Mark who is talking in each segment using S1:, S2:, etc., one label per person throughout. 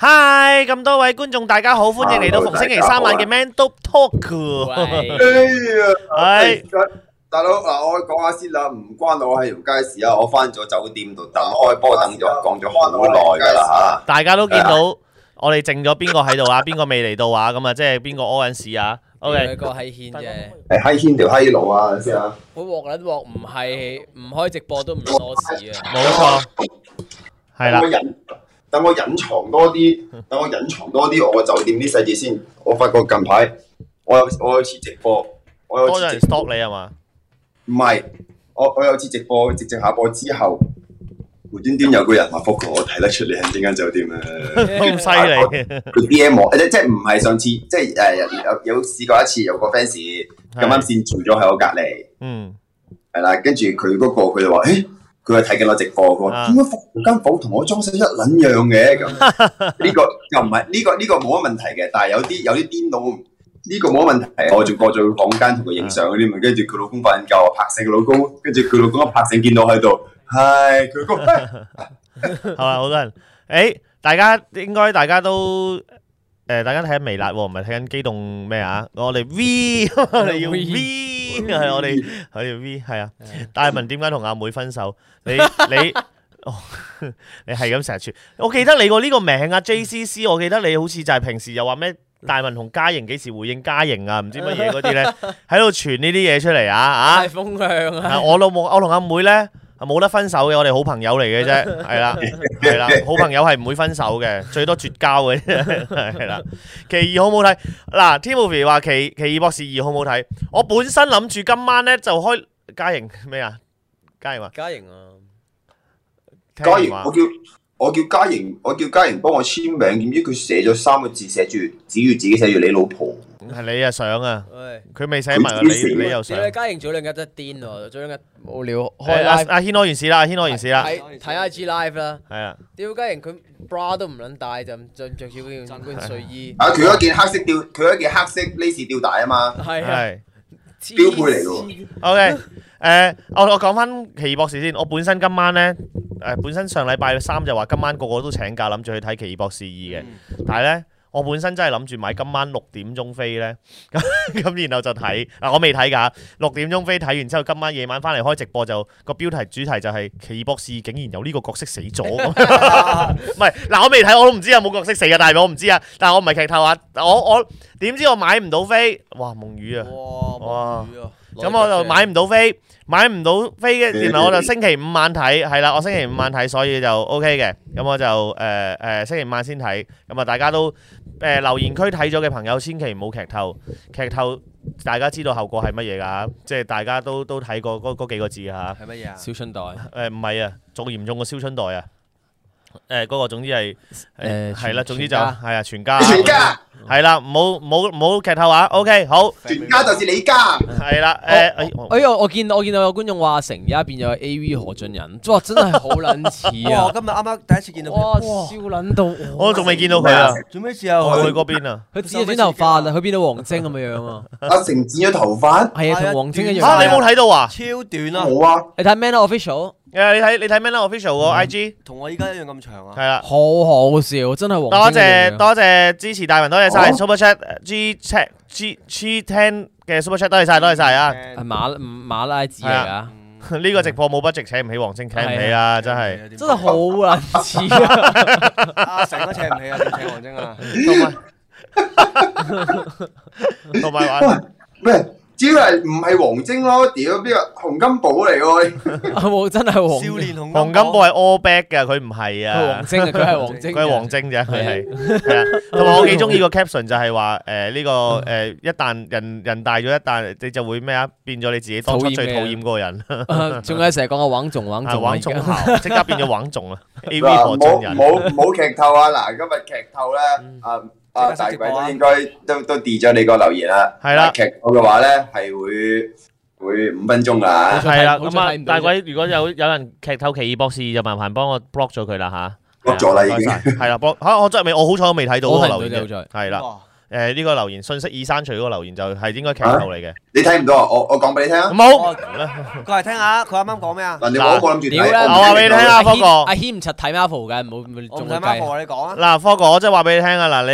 S1: 嗨，咁多位觀眾大家好，啊歡迎嚟到逢星期三晚嘅 Man Do Talk。
S2: 喂
S3: 哎呀，
S1: 係
S3: 大佬嗱，我講下先啦，唔關我喺條街事啊，我翻咗酒店度等開波，等咗講咗好耐㗎啦
S1: 大家都見到我哋剩咗邊個喺度啊？邊個未嚟到啊？咁啊，即係邊個屙緊屎啊
S2: 有一
S1: ？OK，
S2: 個閪軒嘅，
S3: 嚇。係閪牽條閪路啊，等先啊，
S2: 好鑊撚鑊，唔係唔開直播都唔屙屎啊！
S1: 冇錯，係啦
S3: 等我。隱等我隱藏多啲，等我隱藏多啲我酒店啲細節先。我發覺近排我有我有次直播，我有
S1: 多咗
S3: 次
S1: 人
S3: 直
S1: stop 你啊嘛？
S3: 唔係我我有次直播，直直下播之後，無端端有個人話：福哥，我睇得出你喺呢間酒店 啊！
S1: 咁犀利，
S3: 佢 DM 我，即即唔係上次，即係誒有有有試過一次，有個 fans 咁啱先住咗喺我隔離，
S1: 嗯，
S3: 係啦，跟住佢嗰個佢就話：，誒、佢係睇緊我直播，佢
S1: 啊
S3: 話點解房間房同我裝修一撚樣嘅咁？呢個又唔係呢個呢、個冇乜問題嘅，但係有啲有啲顛倒，呢、個冇乜問題。我仲過咗佢房間同佢影相嗰啲嘛，跟住佢老公瞓覺，我拍醒佢老公，跟住佢老公一拍醒見到我喺度，係佢老公。哎
S1: 係咪好多人？誒，大家應該大家都誒，大家睇緊微辣喎，唔係睇緊機動咩啊？我哋 V，我 哋要
S2: V
S1: V，係我哋我哋 V，係啊。大文點解同阿妹分手？你你哦， 你係咁成日傳。我記得你個呢個名啊，JCC，我記得你好似就係平時又話咩大文同嘉瑩幾時回應嘉瑩啊，唔知乜嘢嗰啲咧，喺度傳呢啲嘢出嚟啊啊！
S2: 大風向
S1: 啊
S2: 啊！
S1: 我老母，我同阿妹咧冇得分手嘅，我哋好朋友嚟嘅啫，係啦，係啦，好朋友係唔會分手嘅，最多絕交嘅啫，係啦。奇異好唔好睇？嗱，Timothy 話奇奇異博士二好唔好睇？我本身諗住今晚咧就開嘉瑩咩啊？嘉瑩話，
S2: 嘉瑩啊，
S1: 嘉瑩
S3: 嘉瑩，
S1: 話，
S3: 我叫我叫嘉瑩，我叫嘉瑩幫我簽名，點知佢寫咗三個字，寫住只要自己寫住你老婆，
S1: 係你啊想啊，
S2: 喂，
S1: 佢未寫埋啊，
S3: 佢自
S1: 你
S3: 己寫
S1: 你又
S2: 你
S1: 想。
S2: 睇嘉瑩早兩日真係癲喎，早兩日無聊開
S1: 係阿
S2: live
S1: 阿軒開完事啦，阿軒開完事啦，
S2: 睇睇 IG live 啦，
S1: 係啦，
S2: 屌嘉瑩佢 bra 都唔撚帶，就就着住嗰件嗰件睡衣，
S3: 啊！佢嗰件黑色吊，佢嗰件黑色 lace 吊帶啊嘛，
S2: 係啊，
S1: 係。
S3: 標配嚟㗎
S2: 黐線
S1: OK，誒、我我講翻奇異博士先。我本身今晚咧，誒、本身上禮拜三就話今晚個個都請假，諗住去睇奇異博士二嘅。但係咧，我本身真係諗住買今晚六點鐘飛咧，咁 咁然後就睇。嗱，我未睇㗎，六點鐘飛睇完之後，今晚夜晚翻嚟開直播就個標題主題就係奇異博士竟然有呢個角色死咗。 唔係，嗱，我未睇，我都唔知有冇角色死嘅，但係我唔知啊。但係我唔係劇透啊，我我點知我買唔到飛？哇，夢雨啊！
S2: 哇！冇語啊
S1: 咁我就買唔到飛，買唔到飛嘅，
S3: 嗯
S1: 然後我就星期五晚睇，係啦，我星期五晚睇，所以就 O K 嘅。咁我就誒誒、呃星期五晚先睇，咁啊大家都誒、呃留言區睇咗嘅朋友，千祈唔好劇透，劇透大家知道後果係乜嘢㗎，即係大家都都睇過嗰嗰幾個字㗎嚇。
S2: 係乜嘢啊？小春袋
S1: 誒唔係啊，仲嚴重過燒春袋啊！誒、嗰、個總之係誒
S2: 誒
S1: 係啦，總
S2: 全
S1: 之
S2: 全
S1: 就
S2: 家
S1: 係啊，全家
S3: 全家
S1: 係啦，唔好唔好唔好劇透啊！OK，好
S3: 全家就是你家，
S1: 係啦，誒、
S2: 哎
S1: 哎我
S2: 哎呀！我見到我見到有觀眾話成而家變
S1: 嗯
S2: 咗 A.V. 何俊仁，哇！真係好撚似
S4: 哇！
S2: 啊
S4: 我！今日啱啱第一次見到
S2: 哇！
S4: 佢，
S2: 笑撚到我，
S1: 我都仲未見到佢啊！
S4: 做咩事啊？
S1: 我去
S4: 佢
S1: 嗰邊啊！
S2: 佢剪咗短頭髮啊！佢變到王晶咁樣樣 啊！
S3: 阿成剪咗頭髮，
S2: 係啊，
S4: 係
S2: 同
S4: 啊
S2: 王晶一樣。
S4: 短
S1: 嚇
S4: 啊
S1: 你冇睇到啊？
S4: 超短啊，
S3: 冇啊，
S2: 你睇 Man Official
S1: 誒你睇你啊嗯哦睇 Man Up Official 個 IG
S4: 同我依家一樣咁長啊！
S1: 係啦，
S2: 好好笑，真係
S1: 多
S2: 王晶一樣
S1: 謝多謝支持大文，多謝晒
S3: 哦
S1: Super Chat G Chat G G Ten 嘅 Super Chat，多謝晒多謝晒啊！
S2: 係馬馬嗯拉子嚟
S1: 係
S2: 㗎，
S4: 嗯，
S1: 呢個直播冇 budget 請唔起王晶，請唔起啊！真係
S4: 點
S2: 真係好撚似 啊！
S4: 阿成都請唔起啊！點請王晶啊？
S1: 同埋同埋 話
S3: 咩？只要係唔係王晶咯，屌呢個洪金寶嚟喎，
S2: 我真係王
S4: 少年紅
S1: 黃金波係 all back 嘅，佢唔係
S2: 佢
S1: 啊
S2: 王。晶啊！佢係王晶，
S1: 佢係王。晶啫，佢係係啊，同埋我幾中意 個 caption 就係話誒呢個誒一旦人人大咗一旦你就會咩啊變咗你自己當初
S2: 討厭嘅
S1: 最討厭嗰個人。
S2: 仲有成日講我王仲王
S1: 啊，
S2: 仲
S1: 玩
S2: 仲
S1: 仲校， 即刻變咗玩仲 啊！A V
S3: 嗱
S1: 何俊
S3: 冇
S1: 仁，
S3: 冇冇劇透啊！嗱，今日劇透咧，
S1: 嗯
S3: 啊啊
S4: 即刻
S3: 大
S4: 熄直播
S3: 鬼
S4: 啊
S3: 都應該都都 delete 咗你個留言啦，
S1: 係啦
S3: 但劇透嘅話咧係會會五分鐘
S2: 冇
S3: 啊，
S2: 錯
S1: 係啦，
S2: 好
S1: 咁
S2: 彩睇
S1: 啊
S2: 唔，到
S1: 大鬼，如果有有人劇透奇異博士，就麻煩幫我 block 咗佢啦吓。
S3: block 咗啦已經
S1: 經，係啦，block 嚇我真係未，我好彩我未睇到
S2: 我
S1: 嗰
S2: 睇唔
S1: 個
S2: 到
S1: 留言
S2: 啫好
S1: 啫，係啦，
S4: 哇
S1: 誒呢個留言信息已刪除嗰個留言就係應該劇透嚟嘅，
S3: 你睇唔到啊？我我講俾你聽啊！
S1: 冇。
S4: 過嚟聽下，佢啱啱講咩啊？
S3: 嗱，你我冇諗住睇，
S2: 屌啦
S3: 唔睇
S1: 我話俾你聽啊
S2: 阿
S1: 科哥
S2: 軒阿軒唔柒睇 Marvel 嘅，唔好
S4: 我唔
S2: 唔好
S4: 睇 m a
S2: 計
S4: r 你講啊。
S1: 嗱，科哥，我真係話俾你聽啊！嗱，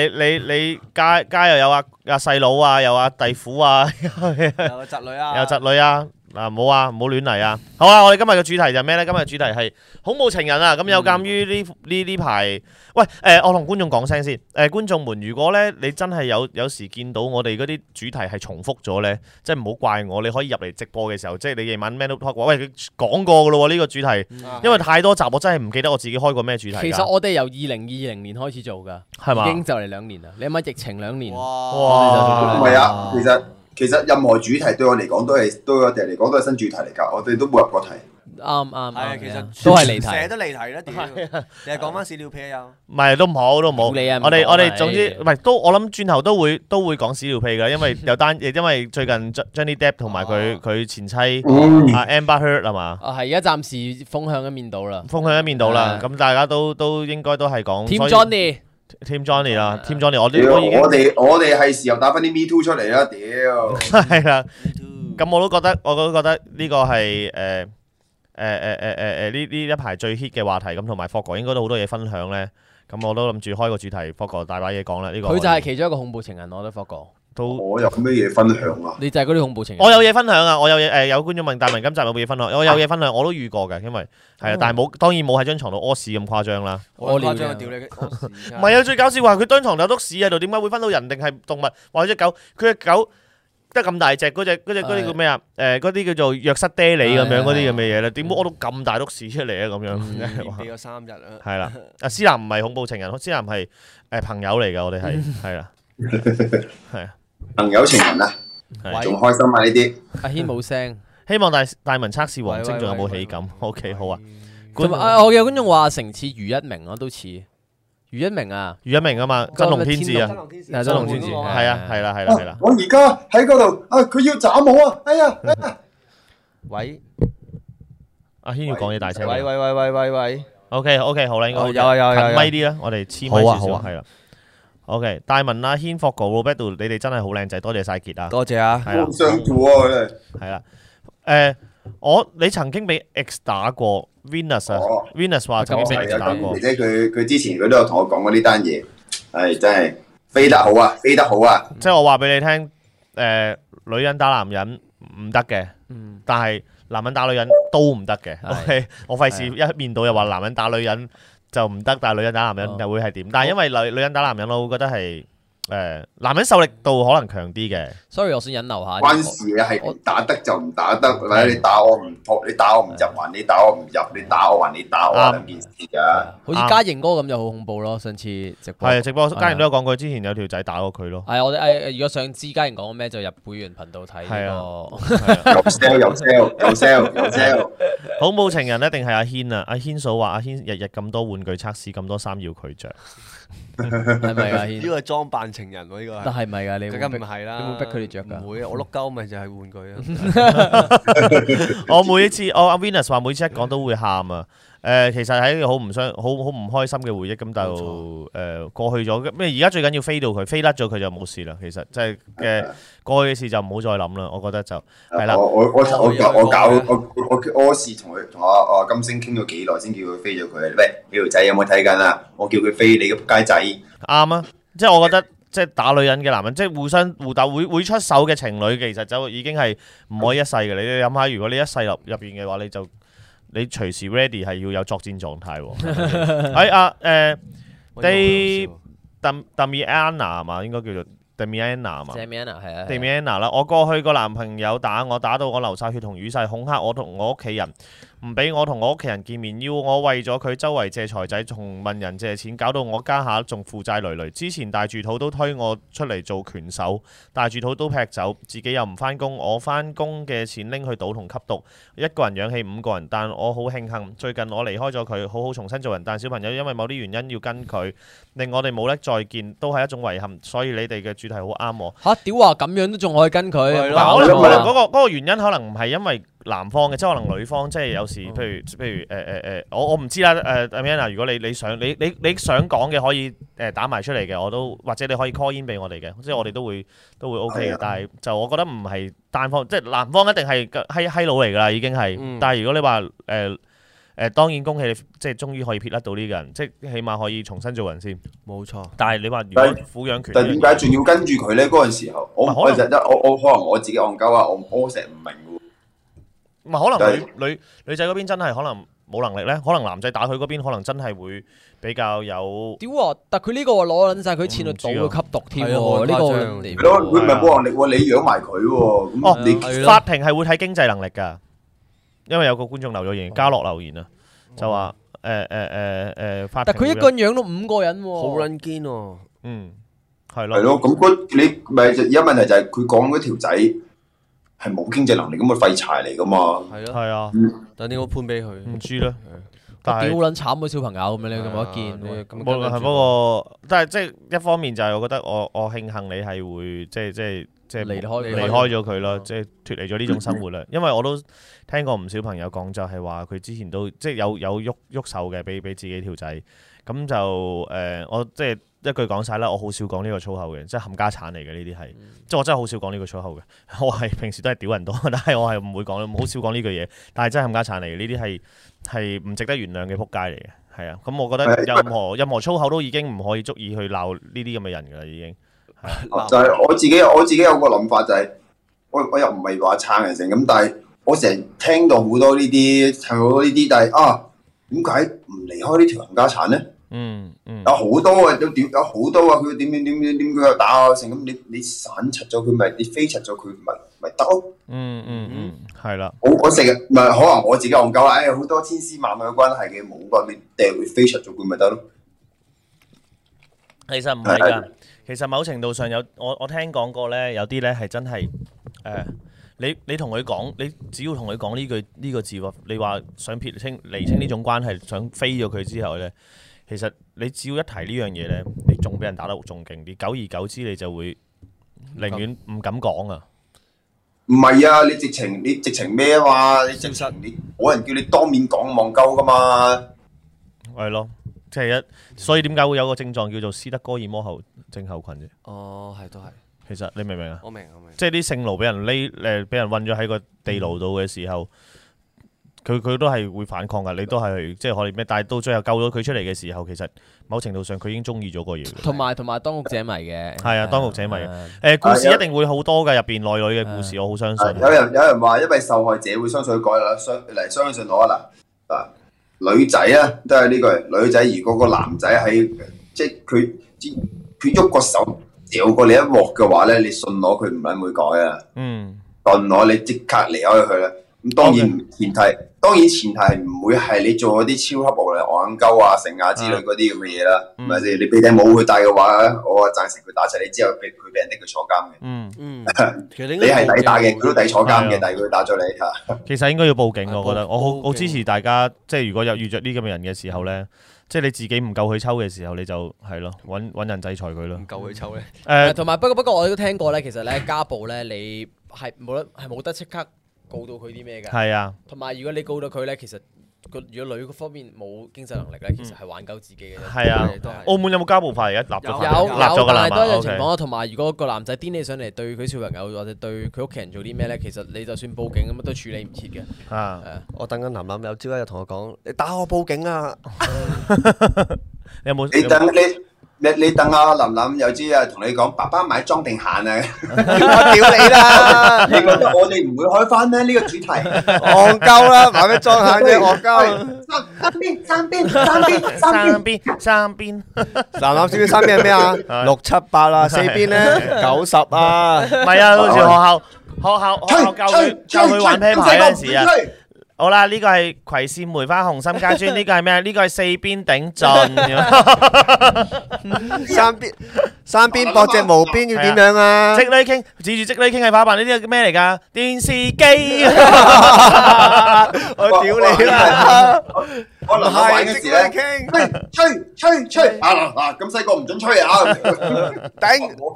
S1: 你你你家家又有阿阿細佬啊，有阿弟婦啊，
S4: 有個侄女啊，
S1: 有侄女啊，嗱唔好啊，唔好亂嚟啊！好啊，我哋今日嘅主題就係咩呢？今日嘅主題係恐怖情人啊！咁有鑑
S2: 嗯
S1: 於呢呢呢排，喂誒、我同觀眾講聲先，誒、觀眾們，如果呢你真係有有時見到我哋嗰啲主題係重複咗呢，即係唔好怪我，你可以入嚟直播嘅時候，即係你夜晚 Man Up Talk 話，喂佢講過噶咯喎呢個主題，
S4: 啊，
S1: 因為太多集我真係唔記得我自己開過咩主題
S2: 其實
S1: 㗎，
S2: 我哋由二零二零年開始做㗎，
S1: 係嘛
S2: 已？經就嚟兩年啦。你諗下疫情兩年，
S1: 哇
S3: 唔係啊，其實其實任何主題對我嚟講都係對我哋嚟講都係新主題嚟㗎，我哋都冇入過題。
S2: 啱啱
S4: 係啊，
S2: 啱
S4: 其
S2: 嘅
S4: 實
S2: 都係離
S4: 成日
S2: 題。
S4: 都離題啦，屌！你係講翻屎尿屁啊
S1: 唔係都唔好都唔好，我
S2: 屌你啊唔講
S1: 哋
S2: 啦
S1: 我哋總之
S2: 唉
S1: 唔係都我諗轉頭都會都會講屎尿屁㗎，因為有 單因為最近 Jo- Johnny Depp 同埋佢
S4: 哦
S1: 佢前妻
S3: 嗯，
S1: 阿 Amber Heard 係嘛，
S2: 啊，係而家暫時風向一面倒啦。
S1: 封佢一面倒啦，
S2: 係
S1: 咁大家都都應該都係講
S2: Team
S1: 所以
S2: Johnny，
S1: Team Johnny 啦
S2: 係
S1: ，Team Johnny 我
S3: 屌
S1: 都我已經
S3: 我哋我哋係時候打翻啲 Me Too 出嚟啦，屌！
S1: 係啦，
S4: ？Me too
S1: 咁我都覺得我都覺得呢個係誒誒誒誒誒誒呢呢一排最 hit 嘅話題咁，同埋霍哥應該都好多嘢分享咧，咁我都諗住開個主題，霍哥大把嘢講啦，呢個
S2: 佢就係其中一個恐怖情人，我覺得霍哥，
S1: 都。
S3: 我有咩嘢分享啊？
S2: 你就係嗰啲恐怖情人。
S1: 我有嘢分享啊！我有嘢誒、有觀眾問大文今集有冇嘢分享，我有嘢分享，我都遇過嘅，因為係啊，但係冇當然冇喺張床度屙屎咁誇張啦。
S2: 我
S4: 誇
S2: 了
S4: 張啊
S2: 解
S4: 屌你嘅屙屎
S1: 唔
S4: 啊！
S1: 係啊，最搞笑話佢張床有篤屎喺度，點解會分到人定係動物？或者只狗，佢只狗得咁大隻，嗰只嗰只嗰啲叫咩啊？誒嗰啲叫做藥室爹梨咁樣嗰啲咁嘅嘢咧，點會屙到咁大篤屎出嚟啊？咁樣真係
S4: 熱
S1: 話
S4: 地咗三日啊！
S1: 係啦，阿思南唔係恐怖情人，思南係誒朋友嚟㗎，我哋 係係啦，係啊，
S3: 朋友情人啊，
S1: 係
S3: 仲開心啊呢啲。
S2: 阿軒冇聲。
S1: 希望大大文測試
S4: 喂
S1: 王晶仲有冇喜感？OK 好啊，。
S2: 同埋啊，我嘅觀眾話成似余一鳴咯，都似余一鳴啊，
S1: 余一鳴啊嘛，真龍天子啊，
S2: 啊
S1: 真
S2: 真
S1: 龍
S2: 龍
S1: 天
S2: 天
S1: 子，
S2: 子
S1: 係啊，係啦，係啦，係啦
S3: 啊，我而家喺嗰度啊，佢要斬我啊！哎呀，
S1: 嗯
S3: 哎呀
S4: 喂
S1: 阿軒要講嘢大聲
S4: 喂
S1: 啲。
S4: 喂喂喂喂，
S1: OK，OK，好啦，應該
S4: 哦有啊有啊有啊
S1: 近咪啲啦，我哋黐咪
S4: 好啊
S1: 少
S4: 好
S1: 少，
S4: 啊
S1: 係啦。OK，大 à, 文啊，軒、霍哥、Roberto，你哋真係好靚仔，多謝晒傑啊，
S4: 多謝啊！
S1: 係啦
S3: 好，想做啊！佢哋
S1: 係啦。誒，我你曾經俾 X 打過 Venus 啊
S3: 哦
S1: ，Venus 話曾經俾
S2: 咁我
S1: X
S3: 係
S1: 打
S3: 啊，
S1: 過
S3: 咁，姐佢佢之前佢都有同我講過呢單嘢，係真係飛得好啊，飛得好啊！
S1: 即係我話俾你聽，誒，女人打男人唔得嘅，
S2: 嗯，
S1: 但係男人打女人都唔得嘅。
S2: 係
S1: OK，我費事一面倒又話男人打女人就唔得，但係女人打男人
S2: 哦
S1: 又會係點？但係因為女女人打男人，我會覺得係誒、呃男人受力度可能強啲嘅。
S2: sorry，我想引流下。
S3: 關事啊，係
S2: 我
S3: 打得就唔打得，
S1: 嗯
S3: 或者你打我唔撲，你打我唔入還你打我唔入，你打我還你打我
S1: 啱
S3: 兩件事啊㗎。
S2: 好似嘉瑩哥咁就好恐怖咯，上次直播。
S1: 係直播
S2: 係啊
S1: 家人都有講過，之前有條仔打過佢咯。
S2: 係我哋誒，如果想知嘉瑩講咩，就入會員頻道睇
S1: 係
S2: 呢
S1: 啊
S2: 個。
S3: 又 sell 又 sell 又 sell 又 sell，
S1: 恐怖情人一定係阿軒啊！阿軒嫂話：阿軒日日咁多玩具測試，咁多衫要佢着。
S2: 係咪啊？
S4: 呢
S2: 軒
S4: 個係裝扮情人喎，呢個
S2: 但
S4: 係
S2: 係咪啊？你會
S4: 更加唔
S2: 逼
S4: 係啦。
S2: 你會逼佢哋着㗎
S4: 唔會啊！我碌鳩咪就係玩具啊！
S1: 我每一次，我阿 Venus 話每次一講都會喊啊！誒、其實係一個好唔傷、好好唔開心嘅回憶，咁
S4: 冇
S1: 就誒、過去咗。咩而家最緊要飛到佢，飛甩咗佢就冇事啦。其實即係誒過去嘅事就唔好再諗啦。我覺得就係啦
S3: 我我我我
S4: 有
S3: 我搞
S4: 有
S3: 我我我我試同佢同我我金星傾咗幾耐先叫佢飛咗佢，喂你條仔有冇睇緊啊？我叫佢飛你個仆街仔，
S1: 啱啊！即係我覺得即係打女人嘅男人，即係互相互鬥會會出手嘅情侶，其實就已經係唔可以一世嘅。你你諗下，如果你一世入入邊嘅話，你就你隨時 ready 係要有作戰狀態喎。喺啊誒
S4: 喂
S1: They- Dam Damiana 係嘛，應該叫做 Damiana 係嘛。
S2: ？Damiana 係啊。
S1: Damiana 啦，我過去個男朋友打我，打到我流晒血同瘀晒，恐嚇我同我屋企人，唔俾我同我屋企人見面，要我為咗佢周圍借財仔，仲問人借錢，搞到我家下仲負債累累。之前大住肚都推我出嚟做拳手，大住肚都劈酒，自己又唔返工，我返工嘅錢拎去賭同吸毒，一個人養起五個人，但我好慶幸，最近我離開咗佢，好好重新做人，但小朋友因為某啲原因要跟佢，令我哋冇得再見，都係一種遺憾。所以你哋嘅主題好啱我。
S2: 嚇！屌啊！咁樣都仲可以跟佢。
S4: 係咯
S1: 嗱，可能可
S3: 我諗
S1: 能
S3: 係
S1: 嗰個嗰個原因可能唔係因為男方嘅，即係可能女方，即係有時譬
S3: 嗯
S1: 如譬如誒誒誒，我我唔知啦誒 Amanda，如果你你想你你你想講嘅可以誒打埋出嚟嘅，我都或者你可以 call in 俾我哋嘅，即係我哋都會都會 OK
S3: 係
S1: 嘅
S3: 啊，
S1: 但係就我覺得唔係單方，即係男方一定係個閪閪佬嚟㗎啦，已經係。
S4: 嗯
S1: 但係如果你話誒誒，當然恭喜你，即係終於可以撇甩到呢個人，即係起碼可以重新做人先。
S4: 冇錯，
S1: 但係你話如
S3: 但係
S1: 果撫養權，
S3: 但係點解仲要跟住佢咧？嗰陣時候，我
S1: 唔係
S3: 我
S1: 可
S3: 就得我我可能我自己戇鳩啊，我我成日唔明喎。
S1: 唔係可能
S3: 但
S1: 女女女仔嗰邊真係可能冇能力咧，可能男仔打佢嗰邊可能真係會比較有。
S2: 屌喎！但佢呢個攞撚晒佢錢去
S1: 唔知啊
S2: 賭到吸毒添
S4: 係啊好
S2: 喎，
S4: 誇
S2: 呢個
S4: 張
S3: 係
S2: 嚟
S3: 咯，
S2: 喎
S3: 佢唔係冇能力喎，你養埋佢喎，
S1: 啊哦
S3: 咁你
S4: 係咯
S1: 法庭係會睇經濟能力㗎，因為有個觀眾留咗
S2: 哦
S1: 言，家樂留言啊，就話呃誒誒誒誒呃法庭
S2: 但
S1: 會
S2: 佢
S1: 有。
S2: 一個人養到五個人
S4: 好
S2: 喎，
S4: 撚堅喎，
S1: 嗯係
S3: 係
S1: 咯，
S3: 咯，咁嗰你咪就而家問題就係佢講嗰條仔係冇經濟能力，咁佢廢柴嚟噶嘛？
S4: 係咯，
S1: 係啊，
S4: 但點解判俾佢？
S1: 唔知啦
S2: 嗯
S4: 係，
S1: 但
S2: 屌
S1: 係。
S2: 撚慘個小朋友咁樣你咁一
S4: 啊你
S2: 見，
S4: 咁
S1: 冇係不過，但係即係一方面就係我覺得我我慶幸你係會即係即係即係
S2: 離開佢哦
S1: 離開咗佢咯，
S4: 嗯
S1: 即係脱離咗呢種生活 啦。因為我都聽過唔少朋友講，就係話佢之前都即係有有喐喐手嘅，俾俾自己條仔。咁就誒、呃我即係一句講晒啦，我好少講呢個粗口嘅，即係冚家產嚟嘅呢啲係，即係我真係好少講呢個粗口嘅。 我係平時都係屌人多， 但係我係唔會講，好少講呢句嘢。但係真係冚家產嚟嘅，呢啲係係唔值得原諒嘅撲街嚟嘅。係啊，咁我覺得
S3: 係
S1: 任何任何粗口都已經唔可以足以去鬧呢啲咁嘅人㗎啦，已經。
S3: 就係我自己我自己有個諗法就係、我我又唔係話撐人成咁，但係我成日聽到好多呢啲好多呢啲，但係啊點解唔離開呢條冚家產咧？
S1: 嗯嗯
S3: 有，好多啊，有點有好多啊，佢點點點點點佢又打啊成咁，你你散柒咗佢咪，你飛柒咗佢咪咪得咯。
S1: 嗯嗯嗯，係啦，
S3: 我我成日唔係可能我自己戇鳩啦，誒好多千絲萬縷嘅關係嘅冇㗎，你掟佢飛柒咗佢咪得咯。
S1: 其實唔係㗎，其實某程度上有我我聽講過咧，有啲咧係真係誒、呃你你同佢講，你只要同佢講呢句呢個字喎，你話想撇清釐清呢種關係，想飛咗佢之後咧，其實你只要一提呢樣嘢咧，你仲俾人打得仲勁啲，久而久之你就會寧願唔敢講啊。
S3: 唔係啊，你直情你直情咩啊嘛？你直情你冇人叫你當面講戇鳩㗎嘛？
S1: 係咯，即係一，所以點解會有個症狀叫做斯德哥爾摩候症候群啫？
S4: 哦，係都係，
S1: 其實你明唔明啊？
S4: 我明我明，
S1: 即係啲聖奴俾人匿
S2: 嗯
S1: 誒，俾人韞咗喺個地牢度嘅時候，佢佢都係會反抗噶，你都係即係可以咩？但係到最後救咗佢出嚟嘅時候，其實某程度上佢已經中意咗個嘢嘅。
S2: 同埋同埋當局者迷嘅，
S1: 係啊當局者迷嘅
S2: 啊
S1: 誒、故事一定會好多嘅，入邊內裏嘅故事，我好相信。
S3: 有人有人話因為受害者會相信佢改啦，相嚟相信我啊嗱嗱女仔啊都係呢句女仔，如果個男仔喺即係佢佢喐個手掉過你一鑊嘅話咧，你信我佢唔撚會改啊！
S1: 嗯，
S3: 信我你即刻離開佢啦。咁當然前提當然前提係唔會係你做嗰啲超級無理戇鳩啊、成啊之類嗰啲咁嘅嘢啦，
S1: 嗯
S3: 係咪先？你俾頂帽佢戴嘅話，我啊贊成佢打柒你之後，俾佢俾人拎去坐監嘅。
S1: 嗯，
S4: 嗯，其實
S3: 你
S4: 你
S3: 係抵打嘅，佢都抵坐監
S1: 係
S3: 嘅
S1: 啊，
S3: 但係佢打咗你嚇。
S1: 其實應該要報警，
S2: 啊
S4: 係
S1: 我覺得
S4: 報
S1: 我好
S4: 報
S1: 我
S4: 警
S1: 支持大家，即係如果有遇着呢咁嘅人嘅時候
S2: 嗯
S1: 咧，即係你自己唔夠佢抽嘅時候，你就係咯，揾揾人制裁佢咯呃
S4: 唔。夠佢抽咧，
S1: 誒、
S2: 同埋不過不過我都聽過咧，其實咧家暴咧你係冇得係冇得即刻告到佢啲咩㗎，
S1: 係啊，
S2: 同埋如果你告到佢咧，其實個如果女嗰方面冇經濟能力咧，其實係挽救自己嘅啫。
S1: 嗯係啊。
S4: 都係
S1: 澳門有冇家暴法而家立
S2: 有
S1: 咗
S4: 有
S1: 法？
S2: 有，
S1: 立咗㗎啦
S2: 但係
S1: 嘛
S2: 都有情
S1: OK
S2: 況啊。同埋如果個男仔癲起上嚟對佢小朋友或者對佢屋企人做啲咩
S1: 嗯
S2: 咧，其實你就算報警咁都處理唔 切嘅。
S1: 啊，
S4: 我等緊男男有朝一日同我講，你打我報警啊！
S1: 你有冇？
S3: 你等你你你等阿林林有知啊，同你講爸爸買裝定限啊！
S4: 我屌你啦！
S3: 你覺得 我哋唔會開翻咩？呢個 主題
S4: 戇鳩啦，買咩裝下啫？戇鳩。
S3: 鳩，三邊三邊三 邊
S1: 三邊三邊，
S4: 男男知唔知三邊係咩啊？六七八啊，四邊咧九十啊，
S1: 唔係啊！到時學校學校學校教佢教佢玩啤牌嗰陣時啊，好啦，呢個係葵扇梅花紅心階磚，呢個係咩？呢個係四邊頂盡咁樣。
S4: 三邊三邊博隻無邊要點樣啊？
S1: 積女傾指住積女傾係花瓣，呢啲係咩嚟㗎？電視機。
S4: 我屌你啦！
S3: 我林林玩嗰
S4: 係
S3: 時
S4: 即
S3: 咧
S4: 係，傾
S3: 吹 吹 吹吹啊嗱嗱咁細個唔准吹啊！
S4: 頂
S3: 我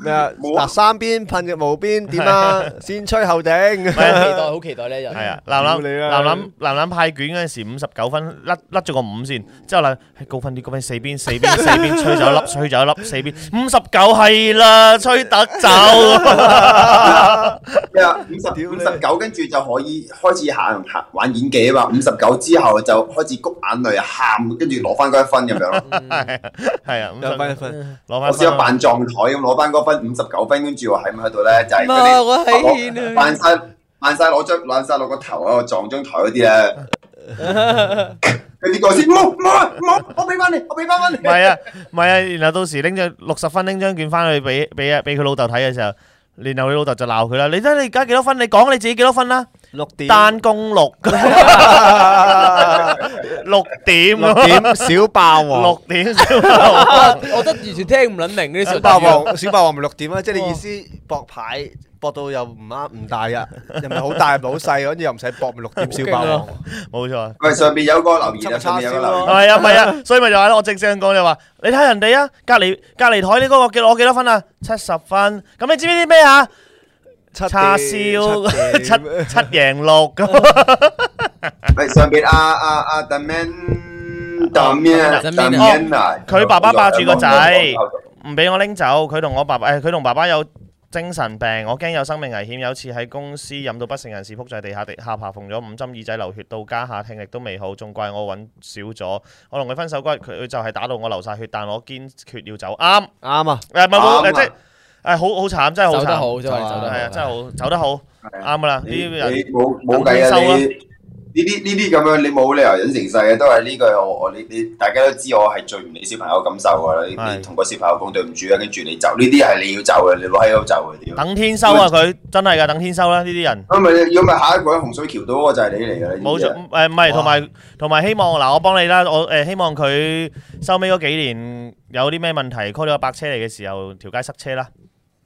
S4: 咩啊？
S3: 冇啊
S4: 嗱，三邊噴入無邊點啊？先吹後頂。
S2: 好期待，好期待呢一日。
S1: 啊係啊，南南
S4: 屌你啦
S1: 南南南南派卷嗰陣時五十九分，甩甩咗個五先，之後咧係高分啲，高分四邊四邊四邊吹走一粒，吹走一粒四邊五十九係啦，吹得走。
S3: 咩啊？五十
S4: 屌
S3: 五
S4: 你
S3: 十九，跟住就可以開始行行玩演技啊嘛。五十九之後就開始谷眼淚喊，跟住攞翻嗰一分咁樣咯。
S1: 係啊，
S4: 兩
S1: 分
S4: 一分，
S1: 攞
S3: 我
S1: 翻
S3: 試
S1: 分
S3: 過
S1: 啦。
S3: 扮撞台咁攞翻嗰分五十九分，跟住我喺咪喺度咧就係佢
S2: 媽
S3: 哋
S2: 我喺呢度
S3: 扮晒扮晒攞張攬晒攞個頭喺度撞張台嗰啲咧。 佢呢個先冇冇冇，我俾翻你，我俾翻翻你
S1: 唔。係啊，唔係啊，然後到時拎張六十分拎張卷翻去俾俾啊俾佢老豆睇嘅時候，然後佢老豆就鬧佢啦。你睇你而家幾多分？你講你自己幾多分啦？
S4: 六點，
S1: 單攻六 六點
S4: 六點小霸王，
S1: 六點。
S2: 我覺得我覺得完全聽唔撚明呢啲
S4: 小
S2: 術
S4: 霸
S2: 語。
S4: 哎王，小霸王咪六點啊！即係你意思博牌博到又唔啱唔大啊，又唔係好大，又唔係好細，跟住又唔使博咪六點小霸王。
S1: 冇錯。
S3: 喂，上邊有個留言啊，上
S4: 執叉
S3: 邊有
S4: 燒
S3: 個留言
S4: 咯。
S1: 係啊，係啊，所以咪就係咯。我正想講你話，你睇人哋啊，隔離隔離台呢嗰個幾攞幾多分啊？七十分。咁你知唔知啲咩啊？
S4: 七
S1: 叉
S4: 點
S1: 燒七
S4: 七
S1: 七
S4: 點
S1: 贏六咁。
S3: 喂，上啊邊阿阿阿 d a m i n d a m i n d a m i n 啊，
S1: 哦佢爸爸抱住個仔唔俾我拎走，佢同我爸爸，誒佢同爸爸有精神病，我驚有生命危險。有次喺公司飲到不省人事，仆在地下，地下巴縫咗五針，耳仔流血，到家下聽力都未好，仲怪我揾少咗。我同佢分手嗰日，佢就係打到我流晒血，但我堅決要走。啱，
S4: 啱啊！
S1: 誒唔係冇
S3: 啱啊
S1: 誒即係誒好好慘，真係好
S2: 走得
S1: 慘，
S2: 好，真係走得
S1: 係啊，
S2: 好。
S1: 真係好走得好，啱噶啦，呢
S3: 你
S1: 啲
S3: 你
S1: 人
S3: 冇冇計
S1: 等
S3: 啊！
S1: 天
S3: 你
S1: 收
S3: 呢啲呢啲咁樣，你冇理由忍成世嘅，都係呢句我我你你大家都知我係最唔理小朋友感受㗎啦。你
S1: 係
S3: 你同個小朋友講對唔住啊，跟住你走，呢啲係你要走嘅，你攞喺度走嘅屌。
S1: 等天收啊！佢真係噶，等天收啦！呢啲人。
S3: 咁咪要咪下一個喺洪水橋度嗰個就係你嚟㗎啦。
S1: 冇錯，
S3: 呢
S1: 誒唔係，同埋同埋希望嗱，我幫你啦，我誒希望佢收尾嗰幾年有啲咩問題，call 咗白車嚟嘅時候，條街塞車啦，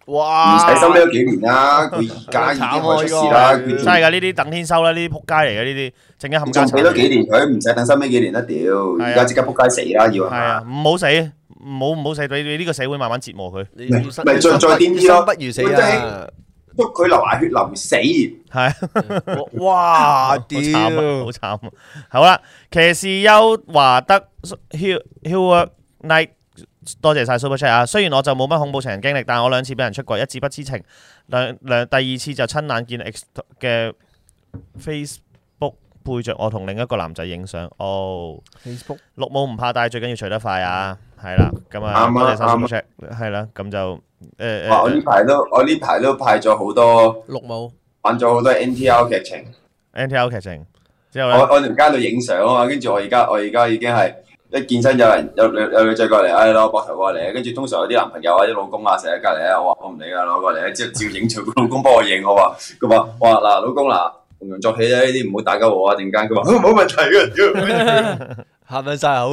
S4: 哇！
S3: 啲嘢唔使收呢幾年啦，佢而家已經開始出事啦，
S4: 慘啊呢
S1: 真
S4: 個
S3: 佢
S1: 係㗎，呢啲等天收啦，呢啲撲街嚟嘅呢啲，陣間冚
S3: 仲
S1: 家
S3: 嗯仲俾多幾
S1: 鏟，
S3: 年佢，唔使等收尾幾年啦屌！
S1: 啊
S3: 而家即刻仆街死啦要係
S1: 係
S3: 嘛
S1: 啊，？唔好死，唔好唔好死，俾俾呢個社會慢慢折磨佢，
S4: 你
S3: 咪
S4: 要生
S3: 咪再
S4: 生
S3: 再
S4: 不
S3: 癲啲咯
S4: 生不如死啊！
S3: 祝佢流牙血流死。
S1: 係
S4: 哇！
S1: 好
S4: 屌，
S1: 慘啊，好慘啊，好啦，騎士休華德 Hill Hill Night。多謝晒 Super Chat 啊！雖然我就冇乜恐怖情人經歷，但我兩次俾人出軌，一次不知情，兩兩第二次就親眼見 X 嘅 Facebook 背着我同另一個男仔影相。哦，
S2: Facebook
S1: 綠帽唔怕戴，最緊要除得快啊！係啦，咁啊，
S3: 啱
S1: 多
S3: 啊
S1: 謝晒
S3: 啱
S1: Super Chat，係啦，咁就誒
S3: 哇！我呢
S1: 誒
S3: 排都我呢排都派咗好多
S2: 綠帽，
S3: 玩咗好多 NTR 劇情，
S1: NTL 劇情之後
S3: 我
S1: 咧，
S3: 我條街度影相啊嘛，跟住我而家我而家已經係一健身有人有有有女仔過嚟，哎攞膊頭過嚟，跟住通常有啲男朋友啊啲老公啊成日喺隔離啊，我話我唔理啊攞過嚟，之後照影住個老公幫我影，我話佢話我話嗱老公嗱同人作戲咧呢啲唔好打交我啊，陣間佢話 冇問題嘅，屌
S4: 喊緊 晒口，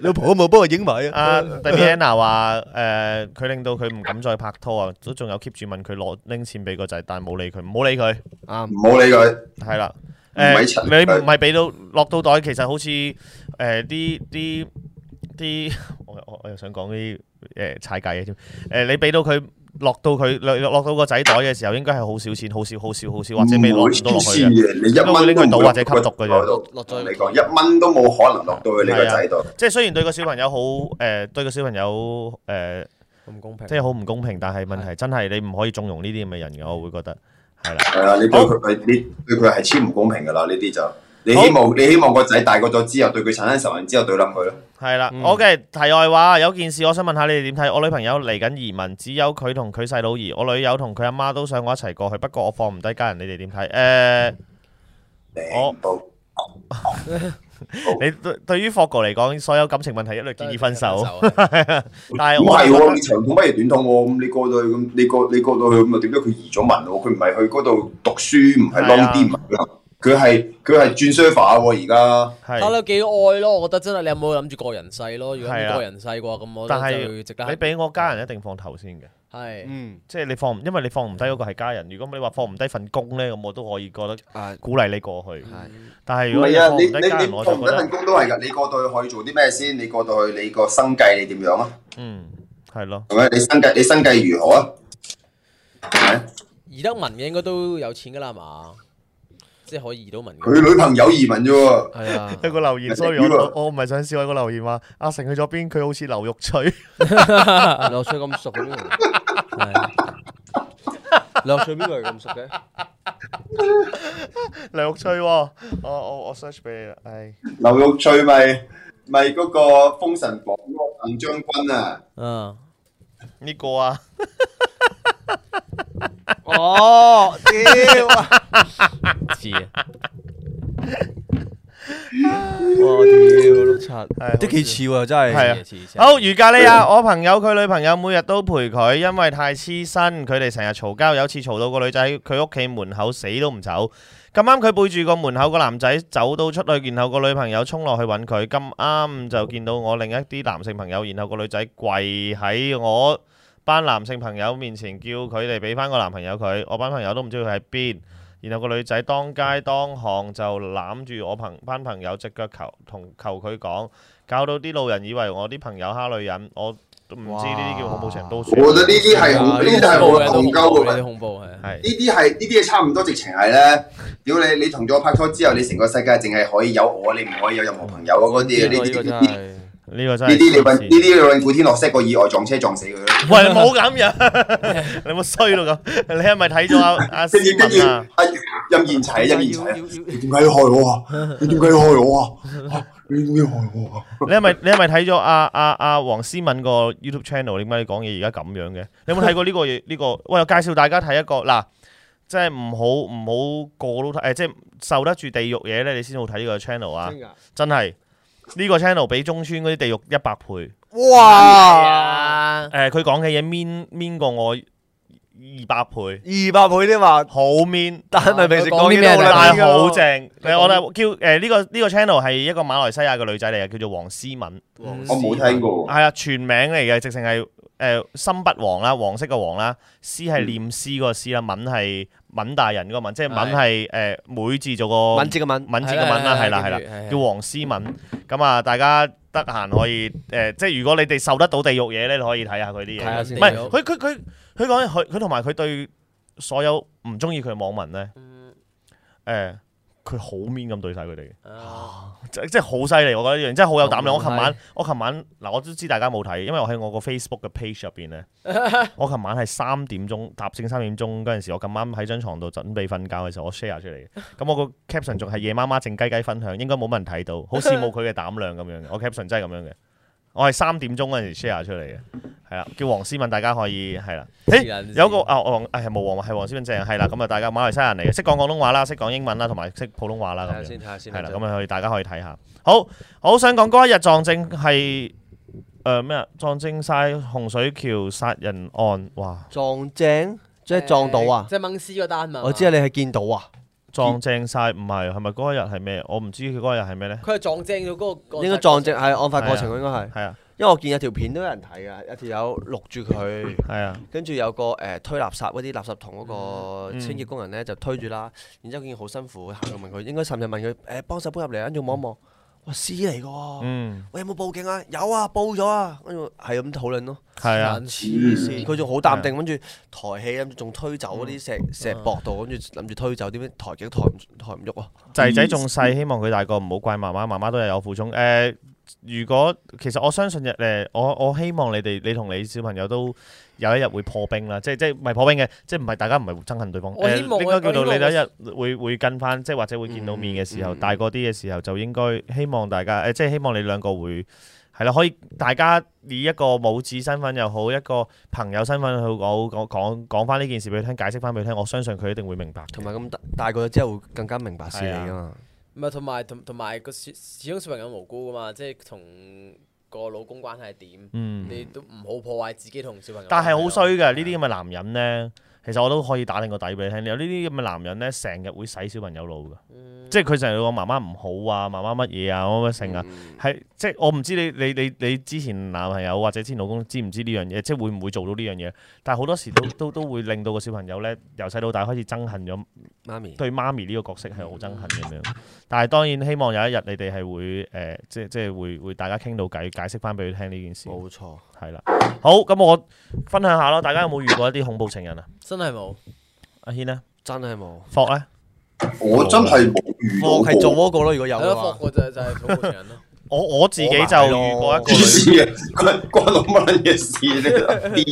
S4: 老婆有冇幫我影埋
S1: 阿
S4: 啊？
S1: Diana 話誒，佢令到佢唔敢再拍拖啊，都仲有 keep 住問佢攞拎錢俾個仔，但冇理佢，唔好理佢。
S4: 啱。
S3: 唔好理佢，
S1: 係啦，
S3: 唔
S1: 誒
S3: 係陳
S1: 你
S3: 佢
S1: 唔係俾到落到袋，其實好似誒啲啲啲，我我我又想講啲誒踩界嘢添。誒、呃你俾到佢落到佢落落到個仔袋嘅時候，應該係好少錢，好少好少好少，或者未
S3: 唔
S1: 落
S3: 會
S1: 唔到落
S3: 黐
S1: 去
S3: 線
S1: 嘅。
S3: 嘅，你一
S1: 應
S3: 蚊都
S1: 該會拎佢
S3: 冇
S1: 賭或者吸毒嘅啫
S2: 落咗
S3: 你講一蚊都冇可能落到去你個仔度，
S1: 即係啊雖然對個小朋友好誒、對個小朋友呃誒、
S2: 唔公平
S1: 即。係好唔公平，但係問題真係你唔可以縱容呢啲咁嘅人嘅，我會覺得係啦。
S3: 係啊，你對
S1: 好
S3: 佢佢你對佢係超唔公平噶啦，呢啲就你
S1: 好
S3: 希望你希望個仔大個咗之後對佢產生仇恨之後對冧佢咯。
S1: 係啦
S4: 嗯
S1: ，OK。題外話，有件事我想問下你哋點睇？我女朋友嚟緊移民，只有佢同佢細佬移，我女友同佢阿媽都想我一齊過去，不過我放唔低家人，你哋點睇？誒、
S3: 頂到
S1: 你對對於霍哥嚟講，所有感情問題一律建議分手。
S2: 係
S1: 但係
S3: 唔
S1: 我
S3: 係
S1: 覺得
S3: 喎，你長痛不如短痛喎。咁你過到去咁，你過你過到去咁啊？點解佢移咗民喎？佢唔係去嗰度讀書，唔係
S1: 係啊
S3: long 啲，唔係佢佢係佢係轉 server 喎。而家
S1: 係
S2: 睇到幾愛咯，我覺得真係你有冇諗住過人世咯？如果
S1: 係
S2: 你
S1: 啊
S2: 過人世嘅話，咁我覺
S1: 但
S2: 得
S1: 係
S2: 就值得
S1: 你俾我家人一定放頭先嘅，
S2: 係
S4: 嗯，
S1: 即係你放唔，因為你放唔低嗰個係家人。如果你話放唔低份工呢，咁我都可以覺得
S4: 啊，
S1: 鼓勵你過去。但係
S3: 唔
S1: 如果你
S3: 係啊
S1: 放，唔
S3: 你
S1: 低家
S3: 你
S1: 人，
S3: 你
S1: 我
S3: 做
S1: 就覺
S3: 唔得
S1: 得
S3: 份工都係㗎。你過到去可以做啲咩先？你過到去你個生計你點樣啊？
S1: 嗯係咯，
S3: 係咪？你生計你生計如何啊？係咪
S2: 移得民嘅應該都有錢㗎啦係嘛，即係可以移到民嘅。
S3: 佢女朋友移民啫喎，
S2: 係啊，
S1: 有個留言，sorry，我我我唔係想笑，有個留言話阿成去咗邊，佢好似劉玉翠，
S5: 落水咁熟嘅咩？
S2: 啊
S5: 落水邊個係咁熟嘅？
S1: 劉玉翠喎，我我我 search 俾你啦，唉，
S3: 劉玉翠咪咪嗰個《封神榜》嗰個鄧將軍啊，
S2: 嗯，
S1: 呢個啊，
S4: 哦，屌啊！
S2: 知啊，
S5: 哇！屌碌柒，
S1: 係
S4: 都幾似喎，真係。
S1: 係啊
S2: 知知知
S1: 好，瑜伽你啊！我朋友佢女朋友每日都陪佢，因為太黐身，佢哋成日嘈交。有次嘈到個女仔喺佢屋企門口死都唔走，咁啱佢背住個門口個男仔走到出去，然後個女朋友衝落去揾佢，咁啱就見到我另一啲男性朋友，然後個女仔跪喺我班男性朋友面前，叫佢哋俾翻個男朋友佢。我班朋友都唔知佢喺邊。然後個女仔當街當巷就攬住我朋班朋友隻腳求同求佢講。搞到啲路人以為我啲朋友蝦女人，我都唔知呢啲叫恐怖情都
S3: 我覺得呢啲係恐，啊呢啲係
S2: 恐怖嘅
S3: 戇鳩
S2: 都恐怖
S3: 嘅
S2: 嘅，。都恐怖係。
S3: 呢
S1: 係
S3: 啲係呢啲係差唔多，直情係咧。屌你，你同咗我拍拖之後，你成個世界淨係可以有我，你唔可以有任何朋友啊！嗰啲
S5: 呢
S3: 呢
S5: 個呢
S3: 啲
S5: 個真
S3: 呢啲
S5: 係
S1: 呢個真係黐線。
S3: 呢啲你揾呢啲你揾古天樂 set 個意外撞車撞死佢啦。
S1: 喂，冇咁樣， 你有冇衰到咁？你係咪睇咗阿阿思
S3: 跟住跟住
S1: 文啊？
S3: 阿任賢齊，啊任賢
S5: 要要
S3: 齊，
S5: 要
S3: 你點解要害我啊？你點解要害我 啊？啊你點解要害我啊？
S1: 你係咪你係咪睇咗阿阿阿黃思敏個 YouTube channel？點解你講嘢而家咁樣嘅？你有冇睇過呢個嘢？呢個喂，我介紹大家睇一個嗱，即係唔好唔好個個都睇，誒，即係受得住地獄嘢咧，你先好睇呢個 channel 啊！
S4: 嗯 à.
S1: 真係呢個 channel 比中村嗰啲地獄一百倍。
S4: 哇！
S1: 誒，佢講嘅嘢 mean mean 過我二百倍，
S4: 二百倍添嘛，
S1: 好 mean，
S4: 但嗯係咪平時講
S5: 講啲
S4: 嘢
S5: 咩
S4: 都
S5: 啊
S1: 但
S4: 好撚
S1: 係好正。
S5: 講
S1: 誒，我哋叫誒呢個呢個 channel 係一個馬來西亞嘅女仔嚟嘅，叫做黃思敏，係
S3: 我冇聽過。
S1: 啊，全名嚟嘅，直情係誒心不黃啦，黃色嘅黃啦，思係念詩嗰個詩啦，敏係敏大人嗰個敏，即嗯係敏係誒每字做個
S4: 敏捷嘅敏，
S1: 敏字嘅敏啦，係啦啊係啦。叫黃思敏。咁啊，大家得閒可以誒、即係如果你哋受得到地獄嘢咧，你可以睇下佢啲
S5: 睇下
S1: 嘢。
S5: 先
S1: 唔係啊佢佢佢佢講佢佢同埋佢對所有唔中意佢嘅網民咧，誒、佢好 mean 咁對晒佢哋嘅，即即係好犀利。我覺得呢樣真係好有膽量。我琴晚我琴晚嗱，我都知大家冇睇，因為我喺我個 Facebook 嘅 page 入邊 咧，我琴晚係三點鐘搭正三點鐘嗰陣時，我咁啱喺張床度準備瞓覺嘅時候，我 share 出嚟嘅。咁我個 caption 仲係夜媽媽靜雞雞分享，應該冇乜人睇到，好羨慕佢嘅膽量咁樣嘅。我 caption 真係咁樣嘅，我係三點鐘嗰陣時 share 出嚟嘅，係啦，叫黃思敏，大家可以係啦。誒有個啊，黃誒冇黃係黃思敏正係啦，咁啊大家馬來西亞人嚟嘅，識講廣東話啦，識講英文啦，同埋識普通話啦
S5: 睇
S1: 咁
S5: 下
S1: 樣，
S5: 先，睇下先。
S1: 係啦，咁啊可以大家可以睇下。好，好想講嗰一日撞正係誒咩啊？撞正晒洪水橋殺人案，哇！
S4: 撞正，即係撞到啊！
S2: 即係掹屍嗰單嘛。
S4: 我知啊，你係見到啊，
S1: 撞正晒唔係係咪嗰一日係咩？我唔知佢嗰一日係咩呢？
S2: 佢係撞正咗嗰個。
S4: 應該撞正係案發過程
S1: 係
S4: 喎應該係，
S1: 係啊
S4: 因為我見有條片都有人睇啊，有條友錄住佢，
S1: 係啊。
S4: 跟住有個誒推垃圾嗰啲垃圾桶嗰個
S1: 嗯
S4: 清潔工人咧就推住啦，然之後見佢好辛苦，行去問佢，應該甚至問佢誒幫手搬入嚟啊，跟住望一望，哇屍嚟㗎喎，
S1: 嗯，
S4: 喂有冇報警啊？有啊，報咗啊，跟住係咁討論咯。
S1: 係啊，
S4: 黐線，佢仲好淡
S1: 嗯
S4: 定，跟住抬起，跟住仲推走嗰啲石石膊度，跟住諗住推走，點解抬極都抬唔抬唔喐啊？
S1: 仔
S2: 嗯
S1: 仔仲細，希望佢大個唔好怪媽媽，媽媽都係有苦衷。誒、如果其實我相信日誒、我我希望你哋你同你小朋友都有一日會破冰啦，即係即係唔係破冰嘅，即係唔係大家唔係憎恨對方。
S2: 我希望
S1: 誒應該叫做
S2: 我希望
S1: 你有一日會會跟翻，即係或者會見到面嘅時候，
S4: 嗯嗯
S1: 大個啲嘅時候就應該希望大家誒、即係希望你兩個會。係啦，可以大家以一個母子身份又好，一個朋友身份去講講講講翻呢件事俾佢聽，解釋翻俾佢聽，我相信佢一定會明白嘅。
S4: 同埋咁大大個咗之後會更加明白事理啊嘛。
S2: 唔係同埋同同埋個小始終小朋友無辜噶嘛，即係同個老公關係係點，
S1: 嗯。
S2: 你都唔好破壞自己同小朋友。
S1: 但係好啊衰嘅，呢啲咁嘅男人呢，其實我都可以打定個底俾你聽。有呢啲咁嘅男人呢，成日會洗小朋友腦嘅，即係佢成日話媽媽唔好啊，媽媽乜嘢啊，乜乜剩啊，係即係我唔知你你你你之前男朋友或者之前老公知唔知呢樣嘢，即係會唔會做到呢樣嘢？但係好多時都都都會令到個小朋友咧由細到大開始憎恨咗
S2: 媽咪，
S1: 對媽咪呢個角色係好憎恨咁樣。但係當然希望有一日你哋係會誒、呃即係即係會會大家傾到偈，解釋翻俾佢聽呢件事。
S5: 冇錯，
S1: 係啦，好咁我分享下咯，大家有冇遇過一啲恐怖情人啊？
S2: 真係冇，
S1: 阿軒呢？
S5: 真係冇。
S1: 霍咧？
S3: 我真係冇遇到
S4: 我係做
S3: 過。
S4: 嗰個咯，如果有
S2: 係
S4: 嘅
S2: 咯，
S4: 話，
S2: 霍我就就係恐怖情人咯。
S1: 我我自己就遇過一個
S3: 黐
S1: 女。
S3: 線嘅， 關關我乜撚嘢事咧？癲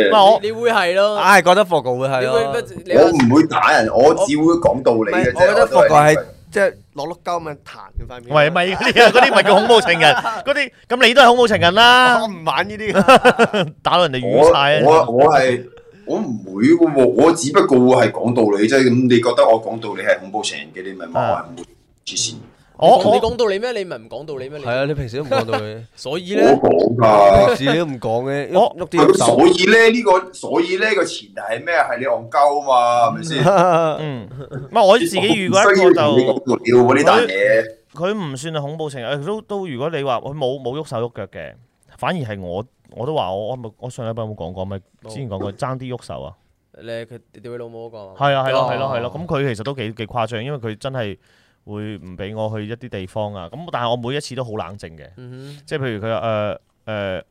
S1: 唔係我
S2: 你會係
S4: Ờ。
S2: 咯，
S5: 唉，覺得霍哥會係
S2: 你會
S5: 咯
S2: 不，
S3: 你，
S2: 你
S1: 啊
S3: 我唔會打人，我只會講道理
S4: 唔係
S3: 嘅啫。
S4: 我覺得
S3: 都
S4: 霍哥係
S3: 係
S4: 即係攞碌鳩咁樣彈佢塊面。
S1: 喂，咪嗰啲啊，嗰啲咪叫恐怖情人，嗰啲咁你都係恐怖情人
S4: 我
S1: 啦，
S4: 唔玩呢啲㗎，
S1: 打到人哋
S3: 我
S1: 瘀晒
S3: 我
S1: 啊！
S3: 我係我唔會嘅喎，我只不過會係講道理啫。咁你覺得我講道理係恐怖情人嘅，你咪話我
S1: 啊
S3: 係唔會黐線。
S1: 我
S2: 你
S1: 我
S2: 講道理咩？你咪唔講道理咩？你
S5: 係啊，你平時都唔講道理，
S2: 所以咧
S3: 我，講㗎。
S5: 平時你都唔講嘅，
S1: 我
S5: 喐喐啲
S3: 咁
S5: 喐手
S3: 所。以咧呢個，所以呢個前提係咩？係你戇鳩啊嘛，係咪先？
S1: 嗯，唔係我自己遇過一 個
S3: 需要同你
S1: 就
S3: 講道理喎呢單嘢。
S1: 佢唔算係恐怖情人，誒都都如果你話佢冇冇喐手喐腳嘅，反而係我我都話我我咪我上禮拜有冇講過咪之前講過爭啲喐手啊，
S2: 你佢屌你老母嗰個係嘛
S1: 係啊係咯
S2: 哦
S1: 係咯係咯，咁佢其實都幾幾誇張，因為佢真係會唔俾我去一啲地方啊，咁但係我每一次都好冷靜嘅。
S2: 嗯
S1: 即係譬如佢話誒誒，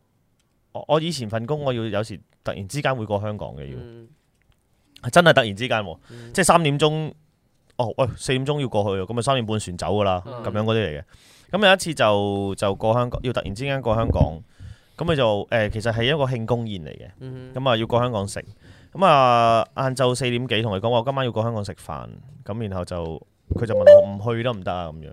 S1: 我我以前份工我要有時突然之間會過香港嘅
S2: 哼，
S1: 要，
S2: 嗯
S1: 係真係突然之間喎，
S2: 嗯
S1: 即係三點鐘，哦喂四點鐘要過去喎，咁咪三點半船走㗎啦，
S2: 嗯
S1: 咁樣嗰啲嚟嘅。咁有一次就就過香港，要突然之間過香港，咁佢就誒、其實係一個慶功宴嚟嘅。
S2: 嗯哼，
S1: 咁啊要過香港食，咁啊晏晝四點幾同佢講話，我今晚要過香港食飯，咁然後就佢就問我唔去得唔得啊咁樣，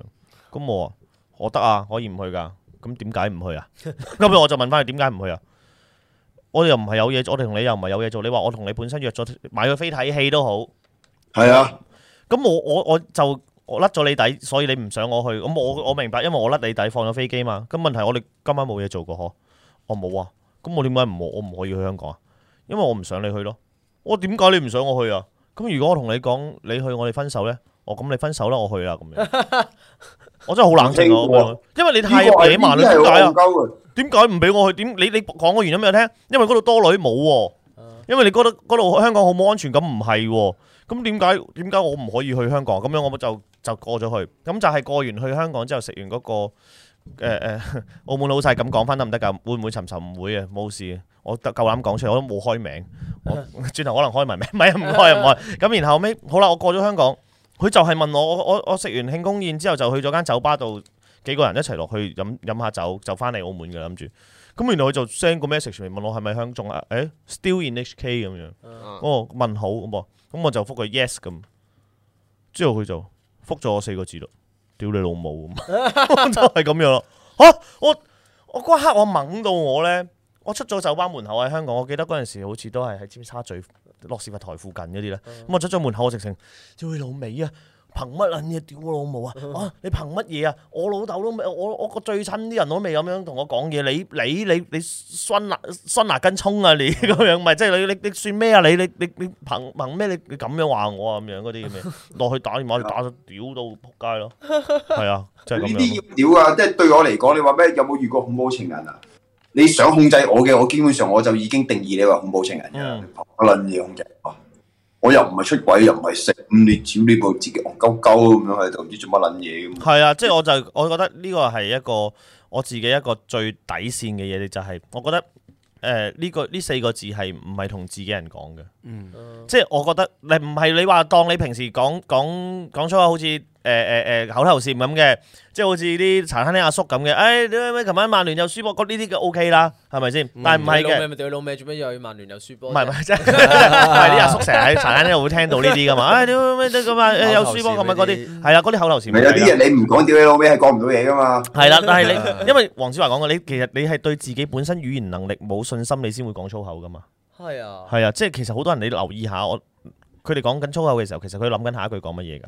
S1: 咁我話我得啊，可以唔去噶，咁點解唔去啊？ 咁我就問翻佢點解唔去啊？我哋又唔係有嘢做，我哋同你又唔係有嘢做，你話我同你本身約咗買咗飛睇戲都好，
S3: 係啊，
S1: 咁我我我就我甩咗你底，所以你唔想我去，咁我我明白，因為我甩你底放咗飛機嘛。咁問題我哋今晚冇嘢做過嗬，我冇啊，咁我點解唔我唔可以去香港啊？因為我唔想你去咯。我點解你唔想我去啊？咁如果我同你講你去，我哋分手咧，哦咁你分手啦，我去啦咁樣。 我真係好冷靜啊
S3: 聽過
S1: 我覺得，因為你太野蠻
S3: 呢
S1: 啦，點
S3: 個係
S1: 解啊
S3: 戇鳩？嘅。
S1: 點解唔俾我去？點你你講個原因俾我聽？因為嗰度多女冇喎、
S2: 啊
S1: 因為你覺得嗰度香港好冇安全感，唔係喎。咁點解點解我唔可以去香港？咁樣我就就過咗去。咁就係過完去香港之後，食完嗰、個 誒、呃、澳門老細咁講翻得唔得㗎？會唔會尋仇？唔會啊，冇事嘅。我得夠膽講出嚟，我都冇開名。我 轉頭可能開埋名， 唔係啊唔開啊唔開。咁然後尾好啦，我過咗香港，佢就係問我我我我食完慶功宴之後就去咗間酒吧度。幾個人一齊落去飲飲下酒，就翻嚟澳門嘅諗住。咁原來佢就 send 個 message 嚟問我係咪香中啊？誒、still in HK 咁樣。
S2: 嗯
S1: 哦，問好咁喎，咁我就覆佢 yes 咁。之後佢就覆咗我四個字咯，屌你老母咁， 就係咁樣啦。嚇、我我嗰一刻我懵到我咧，我出咗酒吧門口喺香港，我記得嗰陣時好似都係喺尖沙咀落士佛台附近嗰啲咧。咁我出咗門口，我直情屌你老味啊！憑乜撚嘢屌我老母啊！啊，你憑乜嘢啊？我老豆都未，我我個最親啲人都未咁樣同我講嘢，你你你你酸辣酸辣根葱啊你咁樣，咪即係你你你算咩啊你你你你憑憑咩你你咁樣話我啊咁樣嗰啲咁嘅，落去打電話就打咗屌到仆街咯，係啊，就係
S3: 呢
S1: 咁
S3: 啲
S1: 樣咯。
S3: 要屌啊！即係對我嚟講，你話咩？有冇遇過恐怖情人啊？你想控制我嘅，我基本上我就已經定義你話恐怖情人嘅啦。
S1: 嗯
S3: 不撚嘢控制我，我又唔係出軌，又唔係食，咁你屌你部自己戇鳩鳩咁樣喺度，唔知做乜撚嘢咁。
S1: 係啊，即係我就我覺得呢個係一個我自己一個最底線嘅嘢，就係、我覺得誒呢、個呢四個字係唔係同自己人講嘅。
S5: 嗯，
S1: 即係我覺得你唔係你話當你平時講講講粗口好似誒誒誒口頭禪咁嘅，即係好似啲茶餐廳阿叔咁嘅，誒點咩琴晚曼聯又輸波，嗰呢啲嘅 O K 啦，係咪先？但係唔係
S2: 屌你老
S1: 嘅
S2: 味。咪屌你老味，做咩又要曼聯又輸波
S1: 唔
S2: 啫？
S1: 係唔係，即係係啲阿叔成日喺茶餐廳會聽到呢啲噶 嘛？唉，點咩點咁啊？誒有輸波咁啊嗰啲，係啦，嗰啲口頭禪
S3: 咪有啲
S1: 係啦。
S3: 嘢你唔講屌你老味係講唔到嘢噶嘛？
S1: 係啦，但係你因為黃子華講過，你其實你係對自己本身語言能力冇信心，你先會講粗口噶嘛。
S2: 係啊，
S1: 係啊，即係其實好多人你留意下，我佢哋講緊粗口嘅時候，其實佢諗緊下一句講乜嘢㗎。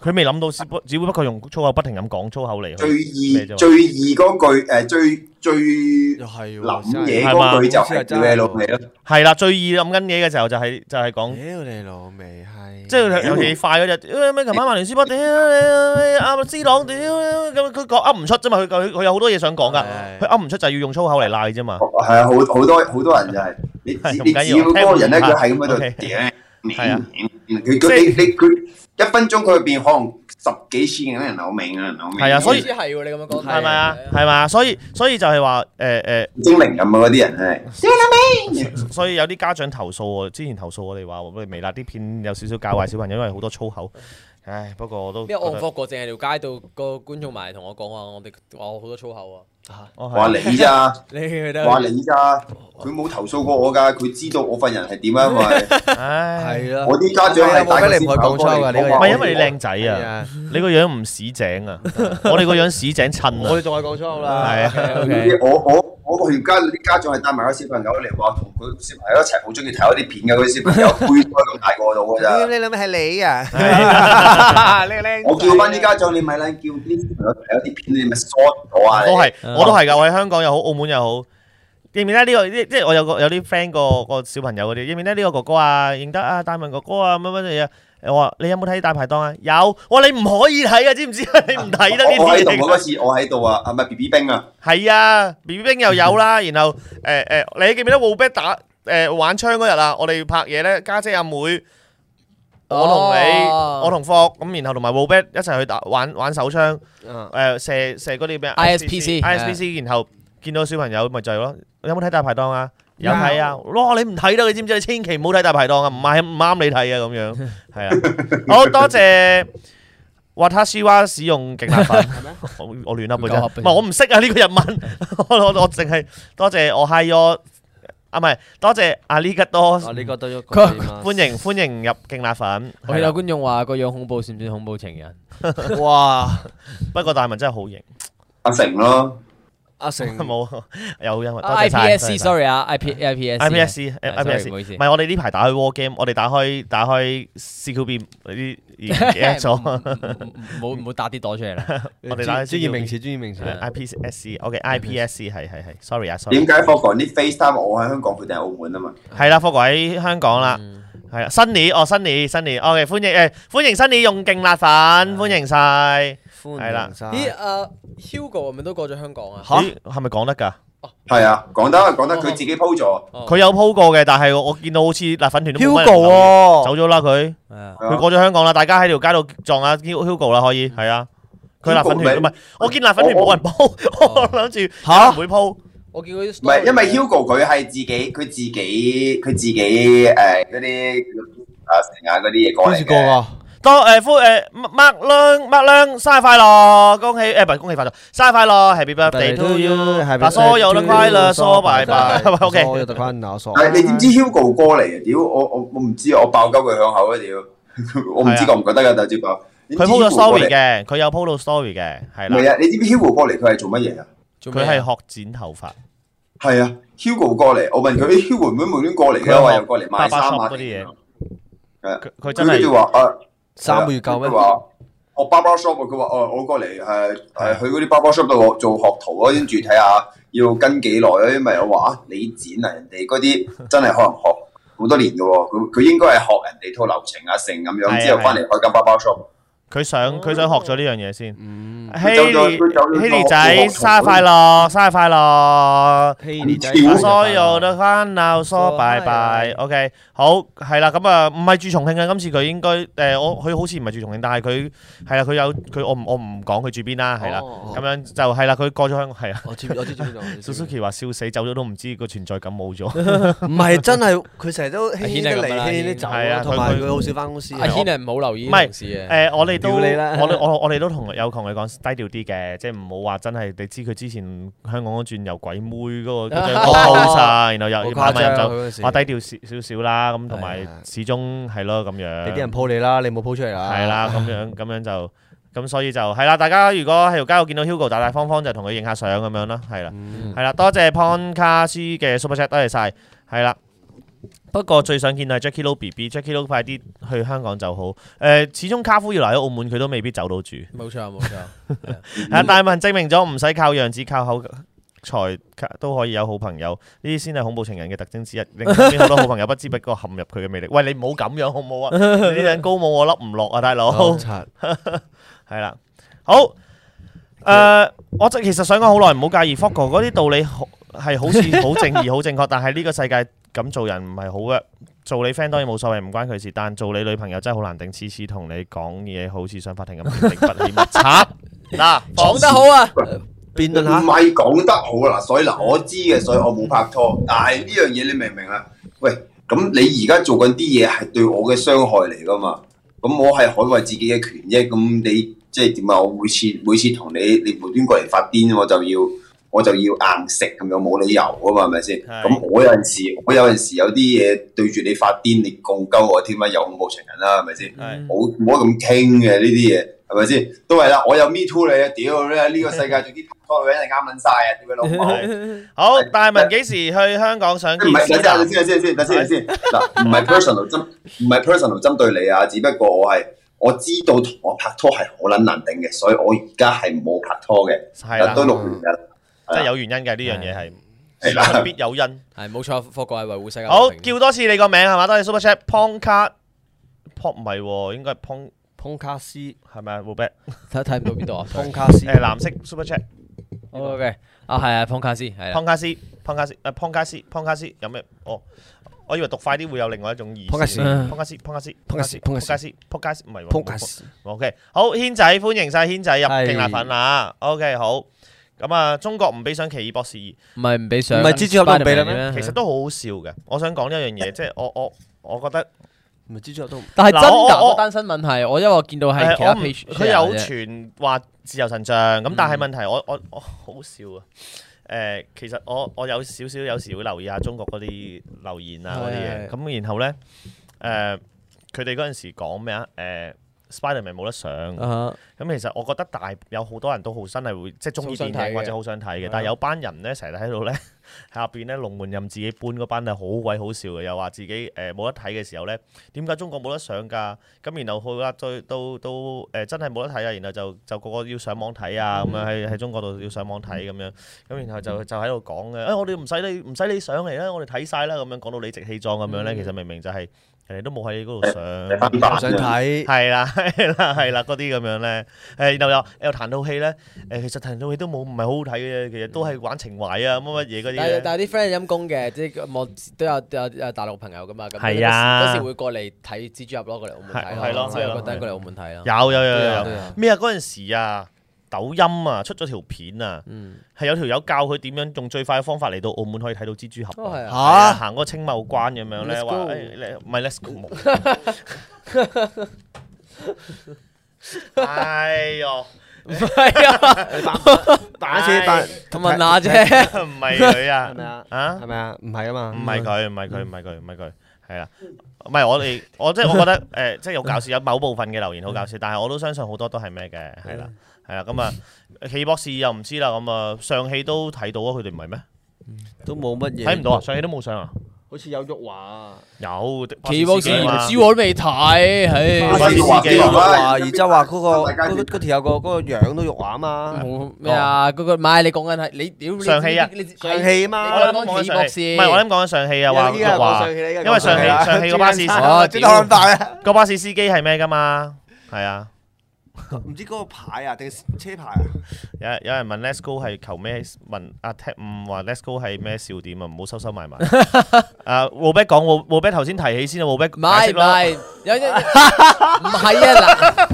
S1: 佢未諗到，只不只不過用粗口不停咁講粗口嚟去。
S3: 最易
S1: 咩啫嘛
S3: 最易嗰句誒最最諗
S5: 又係喎，
S3: 嘢
S5: 真係。
S3: 嗰句就
S5: 係嘛
S3: 係叫你老味咯。
S1: 係啦，最易諗緊嘢嘅時候就係就係講，
S5: 屌你老味，係。
S1: 即係尤其快嗰只，誒咩琴晚曼聯輸波，屌你阿斯朗，屌咁佢講噏唔出啫嘛，佢佢佢有好多嘢想講㗎，
S5: 係
S1: 佢噏唔出就係要用粗口嚟賴啫嘛。
S3: 係啊，好好多好多人就係你
S1: 係
S3: 只
S1: 唔
S3: 你
S1: 緊
S3: 只
S1: 要
S3: 要嗰個人咧，
S1: 聽唔明
S3: 佢係咁喺度
S1: OK
S3: 嗲你
S1: 係啊
S3: 佢佢你你佢一分鐘佢入邊可能十幾次嘅人口命嘅人口命，
S1: 係啊所以
S2: 係喎，你咁樣講
S1: 係咪啊？係咪啊？所以所以就係話誒誒。
S3: 精靈咁啊嗰啲人係。
S1: 所以有啲家長投訴我，之前投訴我哋話，喂微辣啲片有少少教壞小朋友，因為好多粗口。唉，不過我都
S2: 因為
S1: 覺
S2: 我
S1: 得
S2: 同霍哥淨係條街度個觀眾埋嚟同我講話，我哋我好多粗口啊！
S1: 我
S3: 話
S1: 哦係
S3: 你咋？
S2: 你記得
S3: 話你咋？佢冇投訴過我㗎，佢知道我份人係 點啊，因為
S1: 唉，
S5: 係啦。啊
S3: 我啲家長係大
S5: 冇計你唔可以講粗口㗎呢個人
S1: 唔
S5: 我
S1: 係因為你靚仔啊，
S4: à.
S5: 係啊，
S1: 你個樣唔市井 啊，我哋個樣市井襯啊，
S5: 我哋仲係講粗口啦。
S1: 係啊，
S2: OK，
S3: 我我我個家啲家長係帶埋個小朋友嚟話同佢小朋友一齊好中意睇嗰啲片㗎，嗰啲小 朋友杯胎咁大個到㗎咋。
S4: à.
S1: 啊
S3: 我叫翻啲家長，你咪咧叫啲小朋友睇嗰啲片，你咪 short 我啊！你
S1: 我係我都係
S5: 嗯
S1: 㗎，我喺香港又好，澳門又好。記唔記得呢個？呢即係我有個有啲 friend 個個小朋友嗰啲，記唔記得呢個哥哥啊？認得啊，大文哥哥啊，乜乜嘢啊？我話你有冇睇大排檔啊？有，我話你唔可以睇啊，知唔知啊？你唔睇得呢
S3: 我我
S1: 啲
S3: 喺度
S1: 嘢㗎
S3: 我。嗰次，我喺度啊，啊唔係 B B 兵啊，
S1: 係啊，B B 兵又有啦，然後誒誒，你記唔記得 w o b e 打誒玩槍嗰日啊？我哋拍嘢咧，家姐阿妹，我同你，
S2: 哦
S1: 我同霍咁，然後同埋 w o b e 一齊去打玩玩手槍，
S4: 嗯
S1: 誒呃射射嗰啲咩
S2: ISPC
S1: ISPC，然後見到小朋友咪就係咯，你有冇睇大排檔啊？有睇啊！哇，你唔睇得，你知唔知？你千祈唔好睇大排檔啊，唔係唔啱你睇啊咁樣， 係啊，好多謝。話他斯娃使用極辣粉，我 我亂噏嘅啫，唔係我唔識啊呢個日文， 我我我淨係多謝我 hi 咗，啊唔係多謝阿呢吉多，
S4: Ờ,
S5: 啊，呢個都要講啲嘛。
S1: 歡迎歡迎入勁辣粉。
S2: 我
S1: 係
S2: 有
S1: 啦
S2: 觀眾話個樣恐怖，算唔算恐怖情人？
S1: 不過大文真係好型，
S3: 阿成咯，
S4: Ờ,
S1: 冇有因為多謝晒。多謝晒
S2: IPSC，sorry 啊，IP IPSC
S1: IPSC
S2: 係 sorry，唔好
S1: IPSC，
S2: 意思
S1: 唔係我哋呢排打開 War Game，我哋打開打開 CQB 嗰啲已經唔記得 咗。
S2: 唔好唔好打啲袋出嚟啦。
S4: Ờ,
S1: 我哋打
S5: 專-專業名詞，專業名詞。
S1: 啊 Dạ. IPSC，OK IPSC 係係係，sorry 啊，sorry
S3: 點。解霍哥啲 FaceTime 我喺香港，佢哋喺澳門啊嘛？
S1: 係啦，福哥喺香港啦。
S2: 嗯
S1: 係啦，新年哦，新年新年，OK，歡迎誒，歡迎新年用勁辣粉，
S2: 啊
S1: 歡迎晒。係啦。
S5: 歡迎晒。
S2: 咦？阿 Hugo 係咪都過咗香港啊？
S1: 咦，係咪講得㗎？
S3: 係啊，講得講得，佢自己 po 咗，
S1: 佢有 po 過嘅，但係我我見到好似辣粉團都冇乜人留
S4: Hugo
S1: 意
S4: 喎
S1: 走咗啦佢，
S2: 係啊，
S3: Ờ.
S1: 佢過咗香港啦，大家喺條街度撞下 Hugo 啦，可以係啊。佢辣粉團唔
S3: Hugo 咪
S1: 係，我見辣粉團冇人 po，我 諗住
S4: 嚇
S1: 唔會 po。
S2: 我見佢啲
S3: 唔係
S2: story
S3: 因為 Hugo 佢係自己佢自己佢自己誒嗰啲啊成啊嗰啲嘢過嚟嘅。
S1: 多誒歡誒麥亮麥亮生日快樂，恭喜誒唔係恭喜快樂，生日快樂，Happy birthday to you，把所有的快樂說拜拜，OK。
S5: 所有的快樂說
S3: 但係你點知 Hugo 過嚟啊？屌，我我我唔知啊，我爆鳩佢響口啊！屌， 我唔知覺唔覺得㗎，大接講。
S1: 啊佢 po 咗 story 嘅，
S3: 嘅，
S1: 佢有 po 到 story 嘅，係
S3: 唔係
S1: 啦，
S3: 啊？你知唔知 Hugo 過嚟佢係做乜嘢啊？
S2: 做咩
S1: 佢
S2: 啊
S1: 係學剪頭髮，
S3: 係啊，Hugo 過嚟，我問
S1: 嗯
S3: 佢咦，Hugo 唔會無端過嚟嘅，話又過嚟買衫
S1: 爸爸
S3: 啊
S1: shop 嗰啲嘢佢佢
S3: 佢
S1: 真
S3: 跟
S1: 係
S3: 住話啊，
S5: 三個月夠咩？
S3: 佢話我包包 shop，啊佢話哦，我過嚟誒誒去嗰啲包包 shop 度做學徒啊，跟住睇下要跟幾耐啊，因為我話啊，你剪啊，人哋嗰 啲真係可能學好多年嘅喎，佢佢應該係學人哋套流程啊，成咁
S1: 係啊
S3: 樣之後翻嚟開間包包 shop。
S1: 佢想佢想學咗呢樣嘢先。
S5: 嗯，
S1: Haley
S3: 佢走咗
S1: Haley
S3: 佢
S1: 仔
S3: 走咗
S1: 生日快樂，生日快樂！
S5: 希兒仔，
S3: 屌。
S1: 所有都翻鬧梳拜拜，OK，好係啦，咁啊唔係住重慶嘅，今次佢應該誒我佢好似唔係住重慶，但係佢係啦，佢有佢我唔我唔講佢住邊啦，係啦，
S5: 哦，
S1: 咁樣就係啦，佢過咗香港係啊
S5: 我知-我知邊度，
S1: ，Suzuki 話笑死走咗都唔知個存在感冇 咗。
S2: 阿軒係咁㗎啦，
S1: 係啊，佢-
S2: 阿軒係唔好留意
S1: 唔係
S2: 啲同事
S1: 誒、
S2: 嘅。
S1: 我哋都
S5: 屌你啦
S1: 我哋我我哋都同有同佢講低調啲嘅，即係唔好話真係你知佢之前香港嗰轉由鬼妹 嗰、個嗰張 pose 啊，然後又
S5: 好誇張啊，
S1: 慢慢入就
S5: 佢嗰時。
S1: 話低調少少少啦，咁同埋
S5: 係啊
S1: 始終係咯咁樣。
S5: 你啲人鋪你啦，你冇鋪出嚟啦。
S1: 係啦，咁樣咁樣就咁，所以就係啦。大家如果喺條街度見到 Hugo 大大方方，就同佢影下相咁樣啦，係啦，係啦。多謝 Ponca 師嘅 super chat，多謝晒，係啦。不過最想見係 Jackie Lou B B，Jackie Lou 快啲去香港就好。誒、始終卡夫要嚟咗澳門，佢都未必走到住。
S2: 冇錯冇錯，
S1: 啊！大文證明咗唔使靠樣子，靠口才都可以有好朋友，呢啲先係恐怖情人嘅特徵之一，令身邊好多好朋友不知不覺陷入佢嘅魅力。喂，你唔好咁樣好唔好啊？你呢頂高帽我笠唔落啊，大佬。
S5: 柒
S1: 係啦，好。誒、我就其實想講好耐，唔好介意 f o g 嗰啲道理好係好似好正義、好正確，但係呢個世界咁做人唔係好嘅。做你 friend 當然冇所謂，唔關佢事。但做你女朋友真係好難頂，次次同你講嘢好似上法庭咁，頂不起乜賊。嗱，
S2: 講得好啊！
S5: 辯
S3: 唔
S5: 論下，
S3: 係講得好啦，所以嗱，我知嘅，所以我冇拍拖。但係呢樣嘢你明唔明啊？喂，咁你而家做緊啲嘢係對我嘅傷害嚟噶嘛？咁我係捍衞自己嘅權益，咁你即係點啊？我每次每次同你你無端過嚟發癲，我就要我就要硬食咁樣，冇理由噶嘛，係咪先？
S1: 係
S3: 咁我有陣時我有陣時有啲嘢對住你發癲，你告鳩我添啊，有恐怖情人啦，係咪先？
S1: 係
S2: 嗯
S3: 冇冇得咁傾嘅呢啲嘢，係咪先？都係啦，我有 me too 你啊！屌咧，呢個世界做啲拍拖女人係啱撚晒啊！屌你老 母！
S1: 好，大文幾時去香港想見
S3: 唔係，
S1: 史
S3: 等
S1: 達
S3: 先，等先，等先，等先，等先。嗱，唔係 personal 針，唔係 personal 針對你啊，只不過我係我知道同我拍拖係好撚難頂嘅，所以我而家係冇拍拖嘅，
S1: 係啦
S3: 都，六年㗎啦。
S1: 真係有原因嘅呢樣嘢係，
S3: 係
S1: 事
S3: 啦
S1: 出必有因。
S2: 係冇錯，霍哥係維護世界
S1: 好
S2: 和，平
S1: 叫多次你個名係嘛？多謝 Super Chat Ponca Pon 唔係喎，應該係 Pon
S5: 碰卡斯，
S1: 係咪啊？冇 bet
S2: 睇睇唔到邊度啊
S5: 碰卡斯，
S1: 誒藍色 Super Chat
S2: ？O K 啊，係啊，碰卡斯係啦，
S1: Ponca 斯 Ponca 斯誒 Ponca 斯 Ponca 斯有咩？哦，我以為讀快啲會有另外一種意思。
S5: Ponca 斯
S1: Ponca 斯 Ponca 斯
S5: Ponca 斯 Ponca 斯
S1: Ponca 斯 Ponca 斯唔係喎。
S5: 碰卡斯，
S1: OK，好，軒仔歡迎晒軒仔入
S5: 係
S1: 勁辣粉啦。OK，好。咁啊，中國唔俾上奇異博士二。
S2: 唔係唔俾上，
S5: 唔係蜘蛛俠都唔俾啦咩
S2: Spiderman
S1: 其實都好好笑嘅。我想講一樣嘢，即係我我我覺得
S5: 唔係蜘蛛俠都唔
S2: 但係真
S1: 嗱我
S2: 㗎，
S1: 我
S2: 嗰單新聞係我因為我見到係
S1: 誒
S2: 其
S1: 我
S2: 他
S1: 唔
S2: page
S1: 佢
S2: share
S1: 有
S2: 啫
S1: 傳話自由神像咁，但係
S2: 嗯
S1: 問題我我我好笑啊！誒，其實我我有少少有時會留意下中國嗰啲留言啊嗰啲嘢，
S2: 係
S1: 咁然後咧誒，佢哋嗰陣時講咩啊？誒，Spiderman 冇得上。
S2: 啊
S1: 咁其實我覺得大有好多人都好真係會即係中意
S2: 好想
S1: 電
S2: 睇
S1: 影
S2: 嘅
S1: 或者好想睇
S2: 係
S1: 嘅
S2: 啊，
S1: 但係有班人咧成日喺度咧 下邊咧龍門任自己搬嗰班係好鬼好笑嘅，又話自己誒冇、得睇嘅時候咧，點解中國冇得上㗎？咁然後好啦，都都都誒、真係冇得睇啊！然後就就個個要上網睇啊，
S2: 嗯
S1: 咁樣喺喺中國度要上網睇咁樣，咁然後就就喺度講嘅，誒、哎我哋唔使你唔使你上嚟啦，我哋睇晒啦咁樣講到理直氣壯咁樣咧，
S2: 嗯
S1: 其實明明就係、人哋都冇喺嗰度上
S3: 誒。翻
S5: 我
S3: 版
S5: 想睇，
S1: 係啦，係啦，係啦，嗰 啲咁樣咧，誒，然後又又彈套戲咧，誒，其實彈套戲都冇唔係好好睇嘅，其實都係玩情懷啊，乜乜嘢嗰啲
S2: 但係
S1: 咧。
S2: 但係啲 friend 陰公嘅，即係我都有有有大陸朋友噶嘛，咁
S1: 係啊
S2: 嗰時會過嚟睇蜘蛛俠咯，過嚟澳門睇
S1: 係係咯
S2: 咯，所以
S1: 係咯
S2: 我覺得過嚟澳門睇啦。
S1: 有有有有
S2: 都
S1: 有
S2: 有
S1: 咩啊？嗰陣時啊，抖音啊出咗條片啊，
S2: 嗯，
S1: 係有條友教佢點樣用最快嘅方法嚟到澳門可以睇到蜘蛛俠
S2: 哦
S1: 啊。
S2: 係啊，
S1: 係啊
S5: 吓，
S1: 行嗰個青茂關咁樣咧，
S2: Let's
S1: 話
S2: go
S1: 誒你唔係 Let's go 冇。哎呦，
S2: 唔係啊，
S5: 打車
S1: 哎
S5: 但
S2: 我問下 啫。
S1: 唔係佢
S5: 係咪
S1: 啊，
S5: 啊？
S1: 啊？
S5: 係咪啊？唔係啊
S4: 嗯
S5: 嘛，
S1: 唔係佢，唔係佢，唔係佢，唔係佢，係啦。唔係我哋，我即係我覺得誒，即係有搞笑，有某部分嘅留言好搞笑，但係我都相信好多都係咩嘅，係啦，係啦。咁啊，奇異博士又唔知啦，咁啊，上戲都睇到啊，佢哋唔係咩？
S5: 都冇乜嘢，
S1: 睇唔到啊，上戲都冇上啊，
S5: 好似有喐華，
S1: 有
S2: 奇博士
S1: 博士
S2: 唔
S1: 嘛
S2: 知我都未睇，
S5: 巴
S3: 啊
S2: 唉，
S5: 士
S1: 士
S5: 司
S1: 司
S5: 機
S1: 機
S5: 有
S1: 有喐
S5: 喐華，
S3: 華
S5: 而就話嗰個
S3: 大家
S5: 嗰嗰條有個嗰個樣都喐華啊嘛，
S2: 冇咩啊？嗰個唔係你講緊係你屌你
S1: 上戲啊
S2: 你你
S5: 上戲啊
S1: 我
S5: 嘛，
S1: 諗講緊
S2: 奇博
S1: 上
S2: 士
S1: 戲，唔係我諗講緊上戲啊，話
S5: 依家係
S1: 話
S5: 上戲啦，因
S1: 因為上戲上戲個巴士
S2: 哦
S5: 轉到咁大啊，
S1: 個巴士司機係咩㗎嘛？係啊，
S5: 唔知嗰個牌啊定車牌啊，
S1: 有有人問 Let's Go 係求咩？問阿 Tap 五話 Let's Go 係咩笑點啊？唔好收收埋埋。啊 w o b e t 講 w o b e t 頭先提起先啊 w o b e t
S2: 唔係
S1: 解釋
S2: 唔
S1: 啦。
S2: 係，有一唔係啊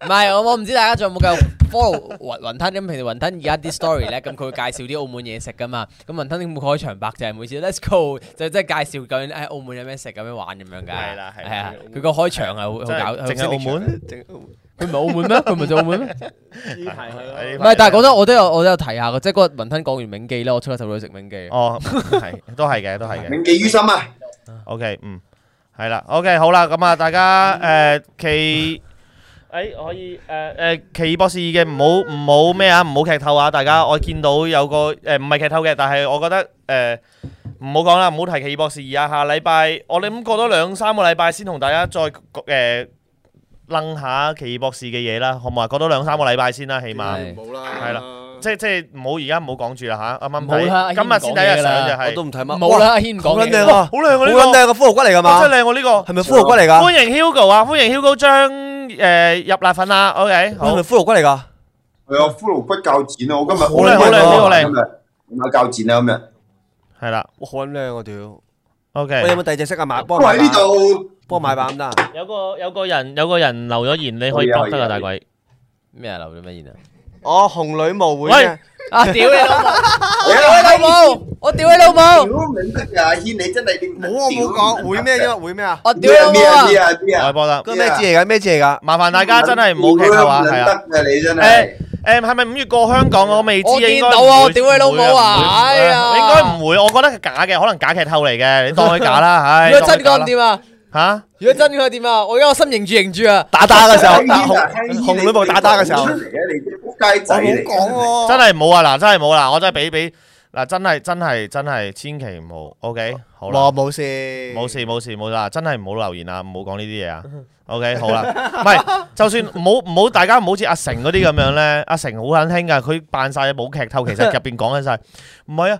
S2: 嗱，唔係我我唔知大家仲有冇繼續 follow 雲雲吞咁，平時雲吞而家啲 story 咧，咁佢會介紹啲澳門嘢食噶嘛，咁雲吞冇開場白就係每次 Let's go 就即係介紹究竟喺澳門有咩食咁樣玩咁樣㗎，
S1: 係啦係啦
S2: 係啊，佢個開場係好好
S1: 真係
S2: 搞，
S1: 淨係澳門，
S2: 佢唔係澳門咩？佢唔係澳門咩？
S1: 係
S2: 唔係，但係講真，我都有我都有提下嘅，即係嗰日雲吞講完銘記咧，我出咗手去食銘記。
S1: 哦，係都係嘅，都係嘅。
S3: 銘記於心啊！
S1: OK，嗯，係啦。OK，好啦，咁啊，大家誒 期誒可以誒誒奇異博士嘅唔好唔好咩啊，唔好劇透啊！大家我見到有個誒唔係劇透嘅，但係我覺得誒唔好講啦，唔好提奇異博士二啊！下禮拜我哋咁過多兩三個禮拜先同大家再誒楞下奇異博士嘅嘢啦，好唔好啊？過多兩三個禮拜先啦，起碼
S2: 係
S5: 冇啦，
S1: 係啦即即係唔好而家唔好講住啦嚇，啱啱
S2: 唔好啦阿
S1: 睇今日先第一日上就
S5: 我
S1: 係
S5: 都唔睇乜，
S2: 冇啦，阿軒
S4: 好
S2: 講
S4: 撚
S2: 嘅
S4: 靚啊！
S1: 好靚
S4: 好
S1: 喎
S4: 撚
S1: 呢
S4: 靚嘅骷髏骨嚟㗎
S1: 個，
S4: 嘛
S1: 真？靚喎呢個。
S4: 係咪骷髏骨嚟㗎？
S1: 歡迎 Hugo 啊！歡迎 Hugo ờ, 將誒入辣粉啦，OK
S4: 係
S1: 好
S4: 咪骷。髏骨嚟㗎？
S3: 係啊，骷髏骨铰剪啊！我今日好
S1: 靚好靚好靚
S3: 今日買铰剪啊！今日
S1: 係啦
S4: 哇好撚靚啊！屌，
S1: ，OK
S4: 喂，。有冇第二隻色啊？買，幫
S3: 都
S4: 我買
S3: 喺呢
S4: 把，
S3: 度。
S4: 幫我買把咁得啊？
S1: 有個有個人有個人留咗言，你可以
S3: 可以啊
S1: block 得
S3: 可以
S1: 啊，
S3: 啊
S1: 大鬼。
S2: 咩啊？留咗乜言啊？
S4: 哦，紅女巫
S1: 喂
S4: 會嘅，
S2: 啊！屌你老母！我
S3: 哎
S2: 屌你老母！我屌你老母！
S3: 屌你得㗎，阿軒你真係你
S4: 哦冇啊冇講會咩？因為會咩啊？
S2: 我屌
S3: 咩啊
S2: 你
S3: 咩
S2: 老
S3: 啊
S2: 母
S3: 咩
S2: 啊！
S3: 啊咩
S1: 我係
S3: 啊！
S1: 波得，
S4: 咩字嚟㗎？咩字嚟㗎？
S1: 麻煩大
S3: Dạ.
S1: 家真係唔好劇透啊，係啊。
S3: 得㗎你真係
S1: 誒。誒係咪五月過香港我未知啊，
S2: 我見
S1: 應該唔
S2: 到啊
S1: 會
S2: 我屌你老母啊
S1: 唔會唔會
S2: 哎呀
S1: 應該唔會，我覺得係假嘅，可能假劇透嚟嘅，你當佢假啦，唉。
S2: 如果
S1: 當
S2: 真
S1: 佢假
S2: 講
S1: 啦
S2: 點啊？
S1: 嚇？
S2: 如果真講點啊？我而家我心凝住凝住啊！
S4: 打打嘅時候，
S3: 阿軒啊
S4: 紅
S3: 阿軒
S4: 紅女巫打打嘅時候
S3: 你講。出嚟啊！你啲仆街仔
S4: 我冇
S3: 嚟㗎。
S4: 講喎，
S1: 真係冇啊！嗱，真係冇啦，我真係俾俾嗱，真係真係真係千祈唔好，OK，好啦
S4: 我。冇事，
S1: 冇事冇事冇啦，真係唔好留言啊，唔好講呢啲嘢啊。OK，好 啦，唔係就算唔好唔好，大家唔好似阿成嗰啲咁樣咧。阿成好撚興噶，佢扮晒冇劇透，其實入邊講緊晒。唔係啊，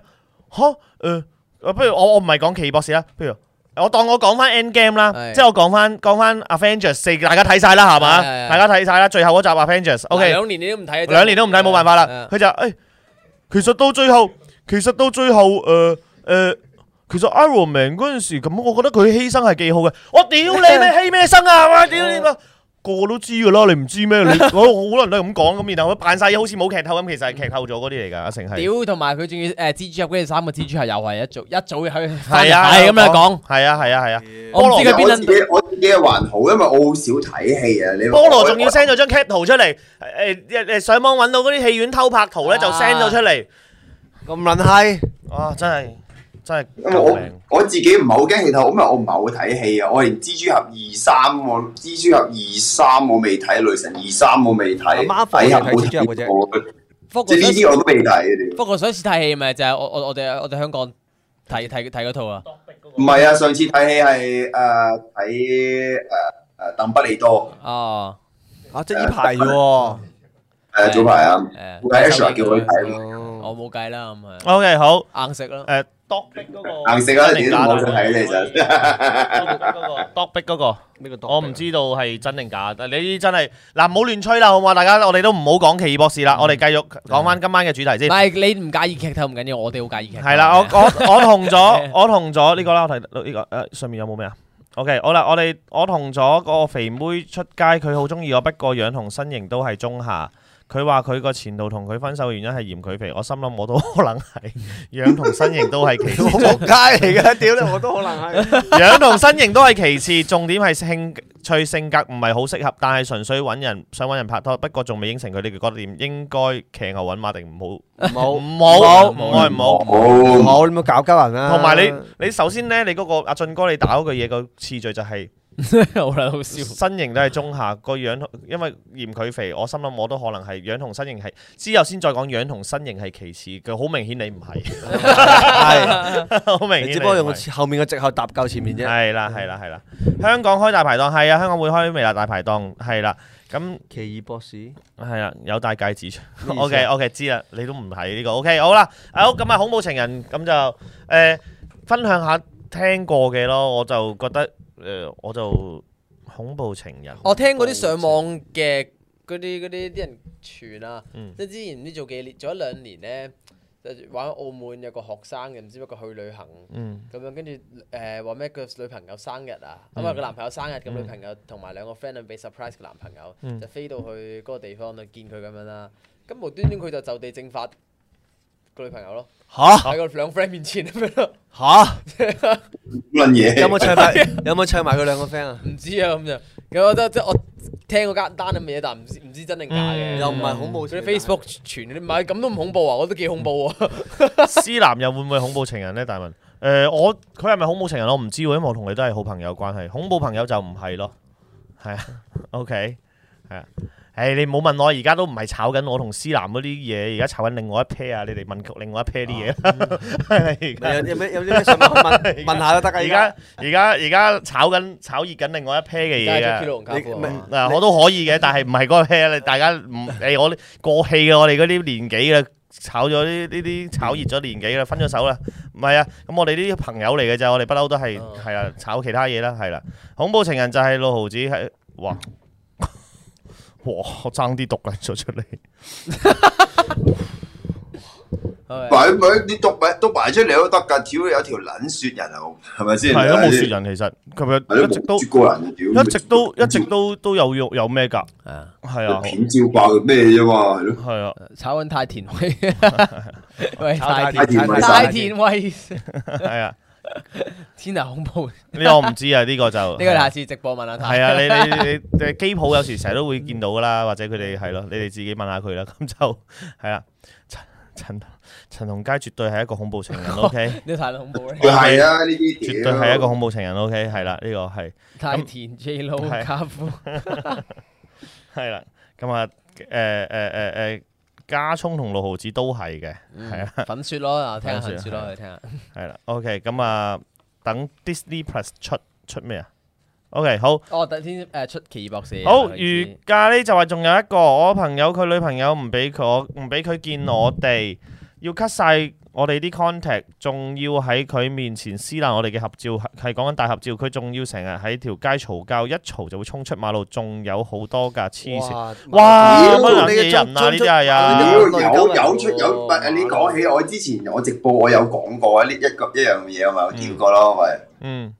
S1: 嚇誒、呃不如我我唔係講奇異博士啦，不如我當我講翻 End Game 啦，
S2: 係
S1: 即係我講翻講翻 Avengers 四，大家睇晒啦係嘛
S2: 係係係？
S1: 大家睇晒啦，最後嗰集 Avengers。OK。
S2: 兩年你都唔睇，
S1: 兩年都唔睇，冇辦法啦。
S2: 係。
S1: 佢就誒，其實到最後，其實到最後，誒誒，其實 ờ, Iron Man 嗰陣時咁，我覺得佢犧牲係幾好嘅。我屌你咩犧咩牲啊！哇，屌你個個個都知噶啦，你唔知咩？你我好多人都係咁講咁，然後佢扮晒嘢，好似冇劇透咁，其實係劇透咗嗰啲嚟㗎。阿成係
S2: 屌，同埋佢仲要誒蜘蛛入嗰三個蜘蛛係又係一早一早喺
S1: 係啊，
S2: 係咁樣講。，
S1: 係啊，係啊，係啊。
S2: 我唔知佢邊
S3: 我
S2: 撚
S3: 自己我自己係還好，因為我好少睇戲啊。你
S1: 菠蘿仲要 send 咗張 cap 圖出嚟，誒誒誒上網揾到嗰啲戲院偷拍圖咧，就 send 咗出嚟。
S4: 咁撚閪，
S1: 哇！真係真係
S3: 因為
S1: 救
S3: 我
S1: 命！
S3: 我自己唔係好驚氣頭，因為我唔係好睇戲啊。我連蜘蛛俠二三我蜘蛛俠二三我未睇，雷神二三我未睇，
S4: 阿媽放你
S3: 底下冇
S4: 睇蜘蛛俠嘅啫
S3: 睇過。
S2: 福
S3: 即係呢
S2: 哥
S3: 啲我都未睇嘅。
S2: 不過上一次睇戲咪就係我我我哋我哋香港睇睇睇嗰套啊，
S3: 唔係啊，上次睇戲係誒呃睇誒誒鄧不利多
S2: 哦，
S4: 啊即係呢排啫喎，
S3: 誒早排啊，
S2: 誒，
S3: 我喺 Extra 叫佢睇，
S4: 哦
S2: 我冇計啦，咁
S1: OK，好。
S2: 係硬食啦，
S1: 誒 Doc 逼嗰個
S3: 硬食啊！你都冇想睇咧，其實
S1: Doc 逼嗰個，
S4: 呢個
S1: 我唔知道係真定假，但你呢啲真係嗱，唔好亂吹啦，好嘛？大家我哋都唔好講奇異博士啦，我哋繼續講翻今晚嘅主題
S2: 唔
S1: 先。
S2: 係你唔介意劇透唔緊要，我哋好介意劇透。
S1: 係啦，我我我同咗我同咗呢個啦，我睇到呢個誒上面有冇咩啊？OK，好啦，我哋我同咗個肥妹出街，佢好中意我，不過樣同身形都係中下。佢話佢個前度同佢分手嘅原因係嫌佢肥，我心諗我 都可能係樣同身形都係其次。
S4: 仆街嚟嘅，啊屌你我都好難 閪。
S1: 樣同身形都係其次，重點係興趣性格唔係好適合，但係純粹揾人想揾人拍拖，不過仲未應承佢。你哋覺得點？應該騎牛揾馬定唔 好？
S4: 冇
S1: 唔好，
S4: 唔好
S1: 唔好，唔好。
S3: 冇
S4: 冇你咪搞鳩人啦。
S1: 同埋你，你首先呢，你嗰個阿俊哥，你打嗰句嘢個次序就係
S2: 好啦，好笑。
S1: 身形都係中下，個樣因為嫌佢肥，我心諗我都可能係樣同身形係之後先再講樣同身形係其次，佢好明顯你唔 係，
S4: 係，
S1: 好明顯
S4: 你
S1: 你
S4: 只不過
S1: 唔
S4: 用
S1: 係
S4: 個後面嘅藉口搭夠前面啫。嗯
S1: 係啦，係啦，係啦。香港開大排檔係啊，香港會開微辣大排檔係啦。咁
S4: 奇異博 士，
S1: 係啦，有戴戒指出。
S4: 咩意 思啊
S1: O K O K，知啦，你都唔睇呢個。O K，好啦，好咁啊，恐怖情人咁就誒、呃分享下聽過嘅咯。我就覺得誒、呃我就恐怖情人。
S2: 我聽嗰啲上網嘅嗰啲嗰啲啲人傳啊，
S1: 嗯
S2: 即係之前唔知做幾年，做一兩年咧，就玩澳門有個學生嘅，唔知不過去旅行。
S1: 嗯
S2: 咁樣跟住誒話咩？佢女朋友生日啊，咁啊佢男朋友生日，咁
S1: 嗯
S2: 女朋友同埋兩個 friend 去俾 surprise 佢男朋友，
S1: 嗯
S2: 就飛到去嗰個地方去見佢咁樣啦。咁無端端佢就就地正法個女朋友咯，
S4: 吓
S2: 喺個兩 friend 面前咁樣咯，
S4: 吓，
S3: 撚嘢。
S4: 有冇唱 埋？有冇唱埋佢兩個 friend 啊？
S2: 唔知啊咁就。咁我覺得即係我聽嗰間單咁嘅嘢，但唔知唔知真定假嘅。
S1: 嗯
S4: 又唔係恐怖
S2: 嗰
S4: 情
S2: 啲
S4: 人
S2: Facebook 傳嗰啲，唔係咁都唔恐怖啊！我都幾恐怖 喎。
S1: 思男又會唔會恐怖情人呢？大文誒、呃我佢係咪恐怖情人我唔知喎，因為我同佢都係好朋友關係。恐怖朋友就唔係咯，係啊。O K，係啊。誒、唉，你唔好問我，而家都唔係炒緊我同思南嗰啲嘢，而家炒緊另外一 pair 啊！你哋問另外一 pair 啲嘢 啦。而家
S5: 有有咩有啲咩想問 問問下都得㗎。
S1: 而家而家而家炒緊炒熱緊另外一 pair 嘅嘢
S2: 加
S1: 啊！
S2: 咗 Q 龍卡夫啊嘛
S1: 嗱，我都可以嘅，但係唔係嗰個 pair 咧？大家唔誒，我過氣嘅，我哋嗰啲年紀嘅。炒咗呢呢啲炒熱咗年紀啦，分咗手啦，唔係啊，咁我哋呢啲朋友嚟嘅咋，我哋不嬲都係
S2: 哦
S1: 係啊，炒其他嘢啦，係啦，恐怖情人就係六毫子係，哇 哇，我爭啲讀緊咗出嚟。
S2: 係
S3: 擺佢你讀埋讀埋出嚟都得㗎，屌有條撚雪人啊，係咪先？
S1: 係都冇雪人，其實佢咪
S3: 係
S1: 一
S3: 咯，
S1: 直都
S3: 冇雪過人啊，屌！
S1: 一直都 一直都都有肉有咩㗎？
S2: 啊，
S1: 係啊，
S3: 片照爆佢咩啫嘛，係咯。
S1: 係啊，
S2: 炒緊太田威， 喂
S4: 炒
S2: 太
S4: 太
S2: 田
S4: 田
S3: 田威
S2: 太田威，
S1: 係啊，
S2: 天啊恐怖！呢
S1: 呢個我唔知啊，呢個就呢
S2: 個你下次直播問 下 太
S1: 係啊，你你你你機鋪有時成日都會見到噶啦，或者佢哋係咯，你哋自己問下佢啦。咁就係啦，陳陳陳同佳絕對係一個恐怖情人，OK，
S2: 呢個太恐怖啦！
S3: 佢係啊，呢啲
S1: 絕
S3: 絕
S1: 對係一個恐怖情人，OK，係啦，呢個係
S2: 太田 J 佬
S1: 係
S2: 卡 夫，
S1: 係啦，咁啊誒誒誒誒，加聰同六毫子都係嘅，係啊。
S2: 粉雪咯，啊聽下
S1: 粉
S2: 粉
S1: 雪
S2: 雪咯，你聽下。
S1: 係啦，OK，咁啊，等 Disney Plus 出出咩啊？OK，好，
S2: 哦，突然誒出奇異博士。
S1: 好，
S2: 我意思
S1: 如咖喱就話仲有一個，我朋友佢女朋友唔俾佢，我唔俾佢見我哋，要 cut 晒我哋啲 contact，仲要喺佢面前撕爛我哋嘅合照，係係講緊大合照，佢仲要成日喺條街嘈交，一嘈就會衝出馬路，仲有好多架黐線，哇，
S3: 屌
S1: 乜
S5: 你
S1: 撚嘢人啊？呢
S5: 裝
S1: 啲係啊
S5: 裝
S3: 屌
S5: 裝！
S3: 有有出有，唔係你講起我之前我直播我有講過啊呢一個一樣嘢啊嘛，我跳過咯，咪
S1: 嗯，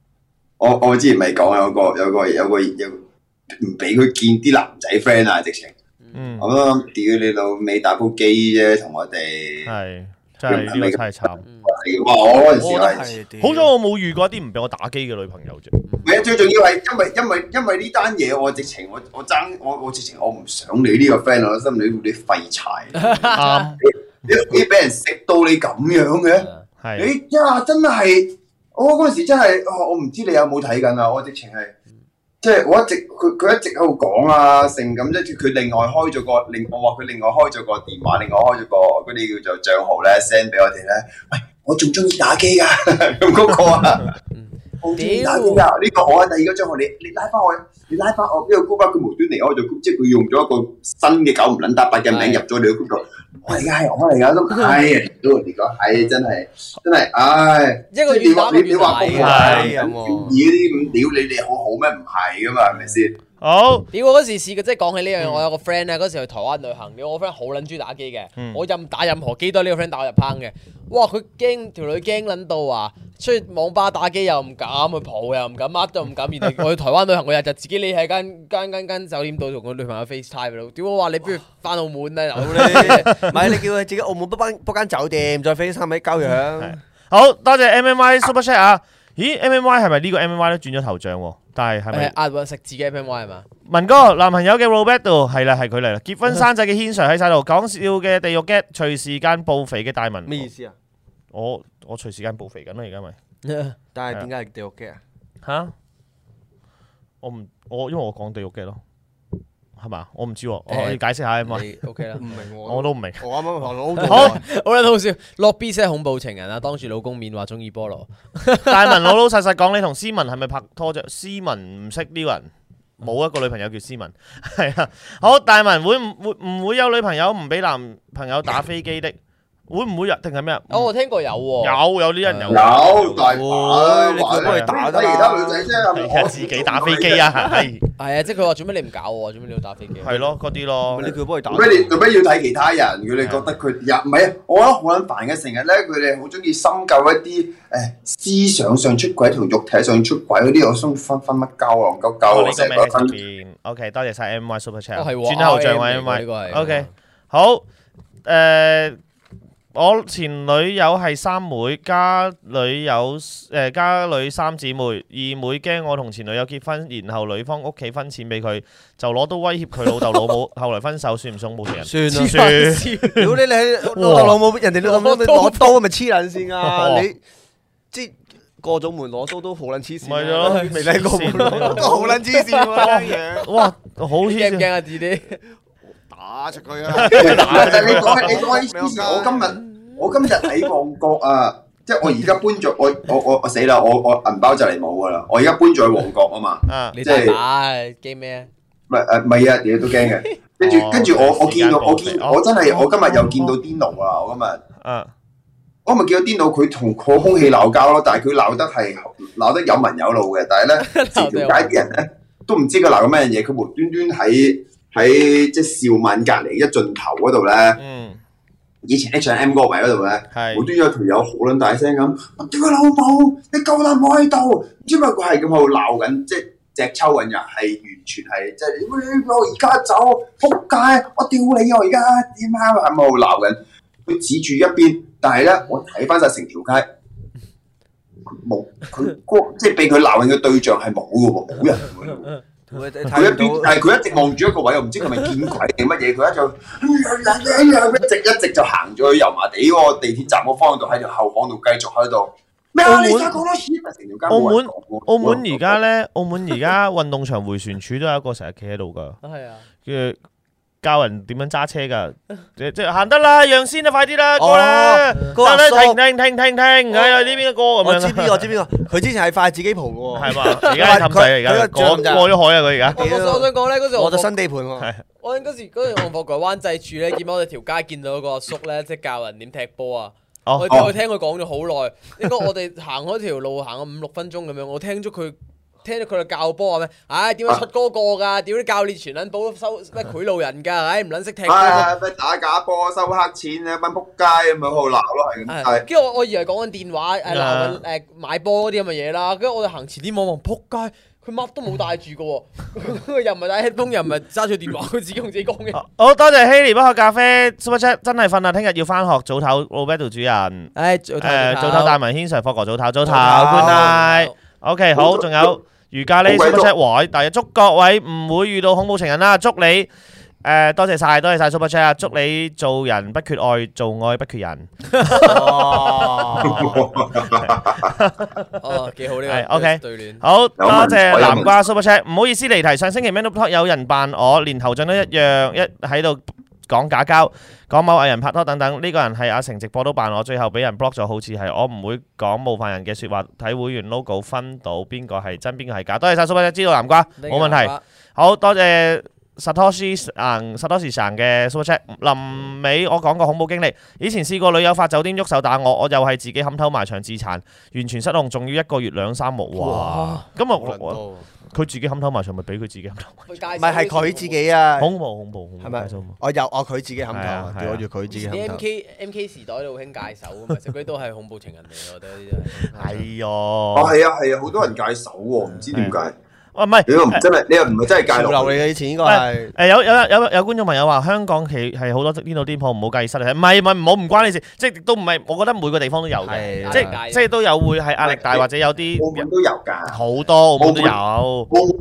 S3: 我我之前咪講有個有個有個有唔俾佢見啲男仔 friend 啊，直情
S1: 嗯，
S3: 我都諗屌你老尾打鋪機啫，同我哋
S1: 係，真係呢個太慘。
S3: 哇！我嗰陣時
S5: 我覺得
S3: 係。
S5: 係屌
S1: 好彩我冇遇過一啲唔俾我打機嘅女朋友啫。
S3: 唔係最重要係因為因為因為呢單嘢，我直情我我爭我我直情我唔想你呢個 friend，我心裏你廢柴，
S1: 啱，
S3: 你屋企俾人食到你咁樣嘅，
S1: 係
S3: 你呀真係我嗰陣時真係，哦我唔知你有冇睇緊啊！我直情係即係我一直佢佢一直喺度講啊，成咁即係佢另外開咗個另我話佢另外開咗個電話，另外開咗個嗰啲叫做帳號咧 send 俾我哋咧，喂我仲中意打機㗎 咁嗰個啊！好天打邊啊！呢個我第二嗰張我你你拉翻我，啊你拉翻我呢個 group 啊佢無端離開咗 group，即係佢用咗一個新嘅九唔撚搭八嘅名入咗你個 group 度。我而家係我而家都係啊！屌你講係真係真係，唉！
S2: 一個
S3: 你
S2: 月打
S3: 話
S2: 個
S3: 你你
S2: 月
S3: 話
S2: 底
S3: 僕
S2: 啊！
S3: 係咁啲咁屌你哋好好咩？唔係噶嘛，係咪先？
S1: 好，
S2: 屌我嗰時試嘅，即係講起呢樣嘢，我有個 friend 啊咧，嗰時去台灣旅行，屌我 friend 好撚中意打機嘅
S1: 嗯，
S2: 我任打任何機都係呢個 friend 打我入坑嘅。哇！佢驚條女驚撚到啊，出去網吧打機又唔敢，去蒲又唔敢，乜都唔敢。然後我去台灣旅行，我日就自己匿喺 間間間間酒店度同個女朋友 FaceTime 咯。屌我話你不如翻澳門啊啦，
S5: 好
S2: 有
S5: 咧
S2: 咧。
S5: 唔係你叫佢自己澳門 book 間 book 間酒店，再飛三米交
S1: 係
S5: 樣。
S1: 好多謝 M M Y Super Chat 啊！咦，M M Y 係咪呢個 M M Y 咧轉咗頭像喎？但係係
S2: 誒
S1: 咪
S2: 壓運食自己 P M Y 啊係嘛？
S1: 文哥男朋友嘅 Roberto 係啦，係佢嚟啦。結婚生仔嘅 Hen Sir 喺晒度，講笑嘅地獄 get，隨時間報肥嘅大文。
S5: 咩意思啊？
S1: 我我隨時間報肥緊啦，而家咪
S5: 但係點解係地獄嘅啊？
S1: 吓？我唔我因為我講地獄 get 咯，係嘛？我唔知喎，我
S2: 誒
S1: 要解釋下 M M Y，
S2: 你 OK 啦
S5: 唔。明我
S1: 我都唔明。
S5: 我啱啱學到
S1: 好
S5: 好。
S2: 好啦，好笑。落 B 先係恐怖情人啊，當住老公面話中意菠蘿。
S1: 大文老老實實講，你同思文係咪拍拖啫？思文唔識呢個人，冇一個女朋友叫思文，係啊。好，大文會唔會唔會有女朋友唔俾男朋友打飛機的？會唔會有定係咩啊？
S2: 哦，我聽過有喎。
S1: 有有呢人有，
S3: 有大把，
S5: 哇你叫佢打得
S3: 其
S5: 啦
S3: 他女仔啫，
S1: 係啊，自己打飛機！啊，係
S2: 係啊，即係佢話做咩你唔搞我，做咩你要打飛機？啊
S1: 係咯，嗰啲咯
S5: 你，叫佢幫佢打
S3: 做。咩你做咩要睇其他人？佢哋覺得佢又唔係，啊我覺得好撚煩嘅。成日咧，佢哋好中意深究一啲誒思想上出軌同肉體上出軌嗰啲，我心分分乜鳩啊，戇鳩鳩，
S1: 呢哦個名
S3: 我成日覺得
S1: 喺上
S3: 分
S1: 邊。OK，多謝晒 M Y Super
S2: 哦
S1: Chat，
S2: 係喎
S1: 轉頭像
S2: RM
S1: 啊
S2: 嚟
S1: M
S2: 喎
S1: Y
S2: 呢。個係
S1: OK，好，誒、我前女友係三妹，加女友誒、加女三姊妹，二妹驚我同前女友結婚，然後女方屋企分錢俾佢，就攞刀威脅佢老豆 老母，後來分手算唔算冇情人？
S5: 算
S1: 黐
S5: 啦，
S1: 線
S5: 屌你你喺老豆老母，人哋都咁樣你攞刀咪黐撚線啊！你即過咗門攞刀都好撚黐線。
S1: 咪就咯，
S4: 未睇過
S1: 黐線
S4: 都好撚黐線喎，呢
S1: 哇，好黐
S2: 驚唔
S1: 線，
S2: 驚啊自己？
S4: 樣打出佢啊！
S3: 但係你講起你講起黐線，我今日我今日喺旺角啊，即係我而家搬咗我我我我死啦！我我銀包就嚟冇噶啦，我而家搬咗去旺角啊嘛。
S1: 啊，
S2: 你
S3: 即係
S2: 大把驚咩啊？
S3: 唔係誒，唔係啊，你都驚嘅。跟住
S1: 哦
S3: 跟住我我
S1: 時間
S3: 見到我
S1: 報
S3: 見
S1: 備
S3: 我真係我今日又見到 Dino 啊！我今日
S1: 啊，
S3: 我咪見到 Dino 佢同個空氣鬧交咯，但係佢鬧得係鬧得有文有路嘅，但係咧成條街啲人咧都唔知佢鬧緊咩嘢，佢無端端喺喺即係兆萬隔離一盡頭嗰度咧，
S1: 嗯，
S3: 以前 H&M 嗰個位嗰度咧。無
S1: 係，
S3: 端端有條友好撚大聲咁，我屌佢老母！你夠膽我喺度，唔知咪佢係咁喺度鬧緊，即係隻抽緊人，啊係完全係即係喂我而家走，仆街！我屌你啊！我而家點啊？係咪喺度鬧緊？佢指住一邊，但係咧，我睇翻晒成條街，冇佢嗰即係俾佢鬧緊嘅對象係冇嘅喎，冇人嘅喎。 佢
S4: 佢
S3: 一
S4: 睇
S3: 邊，
S4: 唔到
S3: 但係佢一直望住一個位，我唔知佢係咪見鬼定乜嘢，佢一就一直一直就行咗去油麻地嗰個地鐵站個方向度，喺條後巷度繼續喺度。咩啊？
S1: 澳門
S3: 你而家講多次，成條街
S1: 澳門
S3: 冇人講
S1: 澳門而家咧，澳門而 家運動場迴旋處都有一個成日企喺度噶，
S2: 係啊，
S1: 跟住教人點樣揸車 噶，即即行得啦，讓先啦，快啲啦，過啦
S4: 哦，，
S1: 得
S4: 嗰個阿
S1: 啦，
S4: 叔哦
S1: 停停停停停，喺呢邊過
S4: 我
S1: 咁
S4: 知
S1: 樣啊
S4: 邊個，我知邊個，佢之前係筷子基蒲嘅喎，
S1: 係 嘛？而家係氹仔嚟
S4: 佢
S1: 㗎，
S4: 佢個
S1: 過
S4: 象就
S1: 過咗海啊！佢而家
S2: 我我想我想講咧嗰時
S4: 我
S2: 我
S4: 就新地盤喎，
S2: 我嗰時嗰時我放過灣仔處咧，見到我哋條街見到個阿叔咧，即係教人點踢波啊！
S1: 哦
S2: 我
S3: 哦
S2: 我聽佢講咗好耐，應該我哋行開條路行咗五六分鐘咁樣，我聽咗佢聽咗佢哋教波啊咩？唉，點樣出嗰個㗎？屌啲教練全撚保收咩賄賂人㗎？唉，唔撚識踢波㗎。
S3: 唉，咩啊打假波、收黑錢啊，班撲街咁樣喺度鬧咯，係咁。
S2: 係
S3: 係
S2: 跟住我我以為講緊電話誒鬧緊
S1: 啊
S2: 誒買波嗰啲咁嘅嘢啦，跟住我哋行前啲望望，撲街！佢乜都冇帶住嘅喎， 又唔係帶 headphone，又唔係揸住電話，佢自己同自己講 嘅。
S1: 哦好多謝希 y 不喝咖啡 Super Chat，真係瞓啦，聽日要翻學早唞，Roberto 主人。
S2: 唉，哎早
S1: 誒，哎早唞大文軒 Sir 霍哥早唞早唞
S4: 早唞
S1: ，good night。OK，好，
S3: 好
S1: 仲有瑜伽呢
S3: 好鬼
S1: Super
S3: 多
S1: Chat 位，但係祝各位唔會遇到恐怖情人啦，祝你誒多謝晒，多謝晒 Super Chat 啊，祝你做人不缺愛，做愛不缺人。
S4: 哦
S2: 哦，幾好呢
S1: 係
S2: 個
S1: 哎 OK
S2: 對聯。
S1: 好多
S3: 問
S1: 謝
S3: 我有
S1: 南
S3: 問
S1: 瓜 Super Chat，唔好意思離題，上星期 Man Up Talk 有人扮我，連頭像都一樣，一喺度講假交，講某藝人拍拖等等，呢、個人係阿成直播都扮我，最後俾人 block 咗，好似係我唔會講冒犯人嘅説話，睇會員 logo 分到邊個係真邊個係假，多謝晒 Super Chat，知道南瓜冇問題，。好多謝。Satoshi 行 Satoshi 行嘅 Super Chat，臨尾我講個恐怖經歷，以前試過女友發酒癲喐手打我，我又係自己冚頭埋牆自殘，完全失控，仲要一個月兩三木哇！
S2: 哦
S1: 咁啊，
S4: 好撚
S1: 我
S4: 多
S1: 佢自己冚頭埋牆，咪俾佢自己冚頭埋
S2: 唔
S4: 喎，唔係係佢自。己
S1: 牆，
S4: 啊，
S1: 恐怖恐怖恐怖，
S4: 係咪
S1: 真恐怖
S4: 我又我佢自己冚
S1: 係啊係
S4: 頭，
S1: 啊
S4: 屌我住佢自己冚
S2: M
S4: 頭。
S2: K M K 時代都好興戒手 啊嘛，其實嗰啲都係恐怖情人嚟嘅，我覺得呢啲
S1: 哎
S3: 哦，
S1: 呀，
S3: 係啊，係啊，好多人戒手喎，唔知點解。
S1: 喂，唔係
S3: 你又唔真係，你又唔係真係戒
S4: 潮流
S3: 落
S4: 嚟
S3: 去。
S4: 嘅以前應該係
S1: 誒有有有有觀眾朋友話香港其係好多呢度店鋪唔好計失禮，唔係唔係唔好唔關你事，即係都唔係，我覺得每個地方都有嘅，
S4: 係
S2: 係
S1: 即
S2: 壓力大
S1: 係即係都有會係壓力大或者有
S3: 澳
S1: 啲
S3: 門都有㗎。
S1: 好多澳門都有，
S3: 冇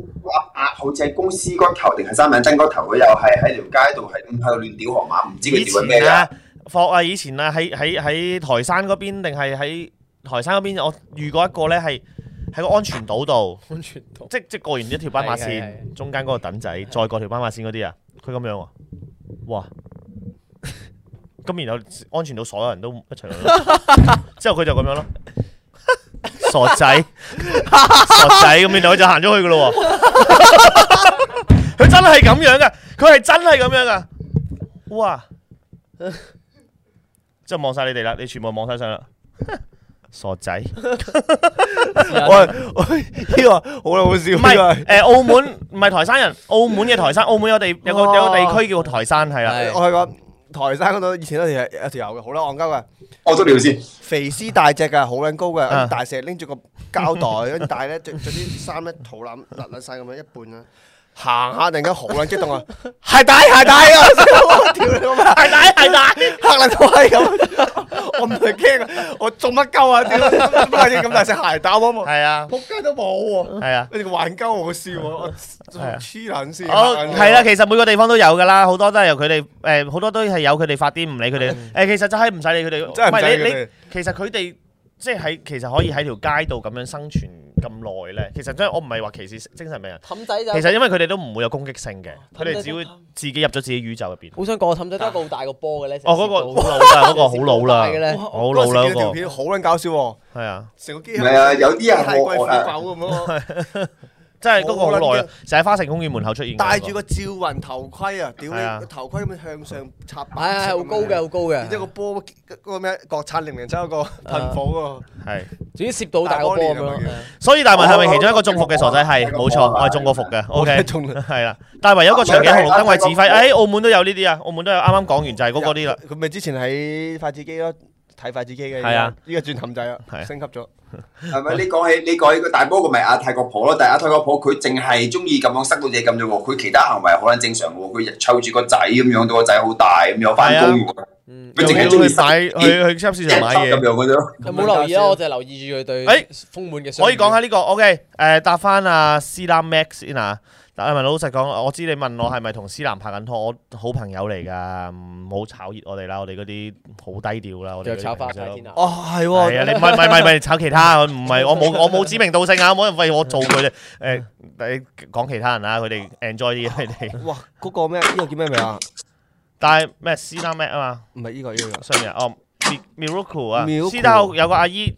S3: 阿阿好似係公司嗰頭定係三眼真嗰頭，佢又係喺條街度係咁喺度亂屌河馬，唔知
S1: 以
S3: 佢屌緊咩
S1: 前
S3: 㗎
S1: 啊。霍啊，以前啊喺喺喺台山嗰邊定係喺台山嗰邊，我遇過一個咧係喺個安全島度。
S2: 安全套。
S1: 即即過完一條斑馬
S2: 係係
S1: 線，中間嗰個等仔，再過條斑馬線嗰啲啊，佢咁樣喎，哇！ 咁然後安全到所有人都一齊嚟 咯，之後佢就咁樣咯，傻仔，傻仔咁，然後佢就行咗去噶咯 喎，佢真係咁樣噶，佢係真係咁樣噶， 哇！即係望晒你哋啦，你全部望晒上啦， 傻仔。
S4: 喂喂，呢個好好笑，
S1: 唔係
S4: 呢
S1: 誒，澳門唔係台山人，澳門嘅台山，澳門有地有個有個地區叫台山係啦，
S4: 個我去過台山嗰度，以前嗰條有條友嘅，好啦，戇鳩嘅，
S3: 我咗尿先。
S4: 肥絲大隻嘅，好撚高嘅，
S1: 啊
S4: 咁大隻拎住個膠 袋，跟住但係咧着着啲衫咧肚腩甩甩晒咁樣一半啦。行下突然間好撚激動啊！鞋帶鞋帶啊！我屌你老母！
S1: 係大係大，
S4: 黑撚到係咁，啊我唔係驚啊！我做乜鳩啊？屌，乜嘢咁大隻鞋帶我冇，
S1: 係啊
S4: 仆街都冇喎！
S1: 係啊，
S4: 你哋玩鳩我笑喎，我
S1: 啊
S4: 黐撚線。
S1: 好
S4: 嚇撚我
S1: 係啦，其實每個地方都有㗎啦，好多都係由佢哋誒，好多都係有佢哋發癲，唔理佢哋誒，其實就係唔使理佢哋，
S4: 真係唔使
S1: 係你
S4: 佢哋
S1: 你其實佢哋即係喺其實可以喺條街度咁樣生存咁耐咧？其實真係我唔係話歧視精神病人，
S2: 氹仔就
S1: 其實因為佢哋都唔會有攻擊性嘅，佢哋
S2: 氹仔都
S1: 只會自己入咗自己宇宙入邊。
S2: 好想過氹仔都係一個好大個波嘅咧。
S1: 哦，嗰 個好老啦，嗰個好老
S2: 成日食到大嘅
S1: 啦，
S2: 咧
S1: 好老啦
S4: 嗰陣時見到條
S1: 嗰個，
S4: 片好撚搞笑喎，
S1: 係啊。
S4: 成個機
S3: 唔係啊，有啲人
S4: 太貴
S3: 我
S4: 虎
S3: 我啊
S4: 狗咁咯，
S1: 真係嗰個好耐
S4: 好撚
S1: 啊！成日喺花城公園門口出現嘅嗰個。
S4: 戴住個趙雲頭盔啊，屌
S1: 係啊
S4: 你頭盔咁樣向上插
S2: 係係
S4: 白色
S2: 係啊
S4: 咁樣，
S2: 好高嘅，好高嘅。
S4: 然之後個波嗰個咩國產零零七嗰個
S1: 啊
S4: 貧虎喎。
S1: 係，
S2: 總之攝到好大個波咁
S4: 大波
S2: 樣
S4: 年啊。
S1: 所以大文係咪其中一個中伏嘅傻仔？係，冇錯，我係中過伏嘅。O K，係啦。大文有一個長頸紅綠燈位指揮，誒，澳門都有呢啲啊，澳門都有。啱啱講完就係嗰個啲啦。
S4: 佢咪之前喺筷子基咯，睇筷子基嘅。
S1: 係啊
S4: 依家，依家轉氹仔啦
S1: 係，啊
S4: 升級咗。
S3: 係咪？你講起你講起個大波個咪阿泰國婆咯，但係阿泰國婆佢淨係中意咁樣塞到嘢咁啫喎，佢其他行為好撚正常喎，佢湊住個仔咁樣，到個仔好大咁樣翻工喎，佢淨係中意
S1: 去
S3: 塞
S1: 買去去超市市場買
S3: 一
S1: 嘢
S3: 粒。咁樣嘅啫。
S2: 有冇留意啊？我就係留意住佢對
S1: 誒
S2: 豐滿嘅。
S1: 可以講下。呢個 OK？誒，答翻阿斯南 Max 先啊。大文老實講，我知你問我係咪同斯南拍緊拖，我好朋友嚟㗎，唔好炒熱我哋啦，我哋嗰啲好低調啦，我哋
S2: 就
S1: 嗰啲
S2: 炒
S1: 平
S2: 花
S1: 時
S2: 界
S1: 都
S2: 天啊！
S4: 哦，係
S1: 係啊，你唔係唔係唔係唔係炒其他，我唔係我冇我冇指名道姓 啊，冇人為我做佢哋誒，你講其他人啊，佢哋 enjoy 啲嘢佢哋，
S4: 哇，嗰個咩？呢個叫咩名啊？
S1: 但係咩斯丹咩啊嘛，
S4: 唔係呢個，呢個。
S1: 上面哦 Mi- Miracle 啊，
S4: Miracle
S1: 斯丹有個阿姨。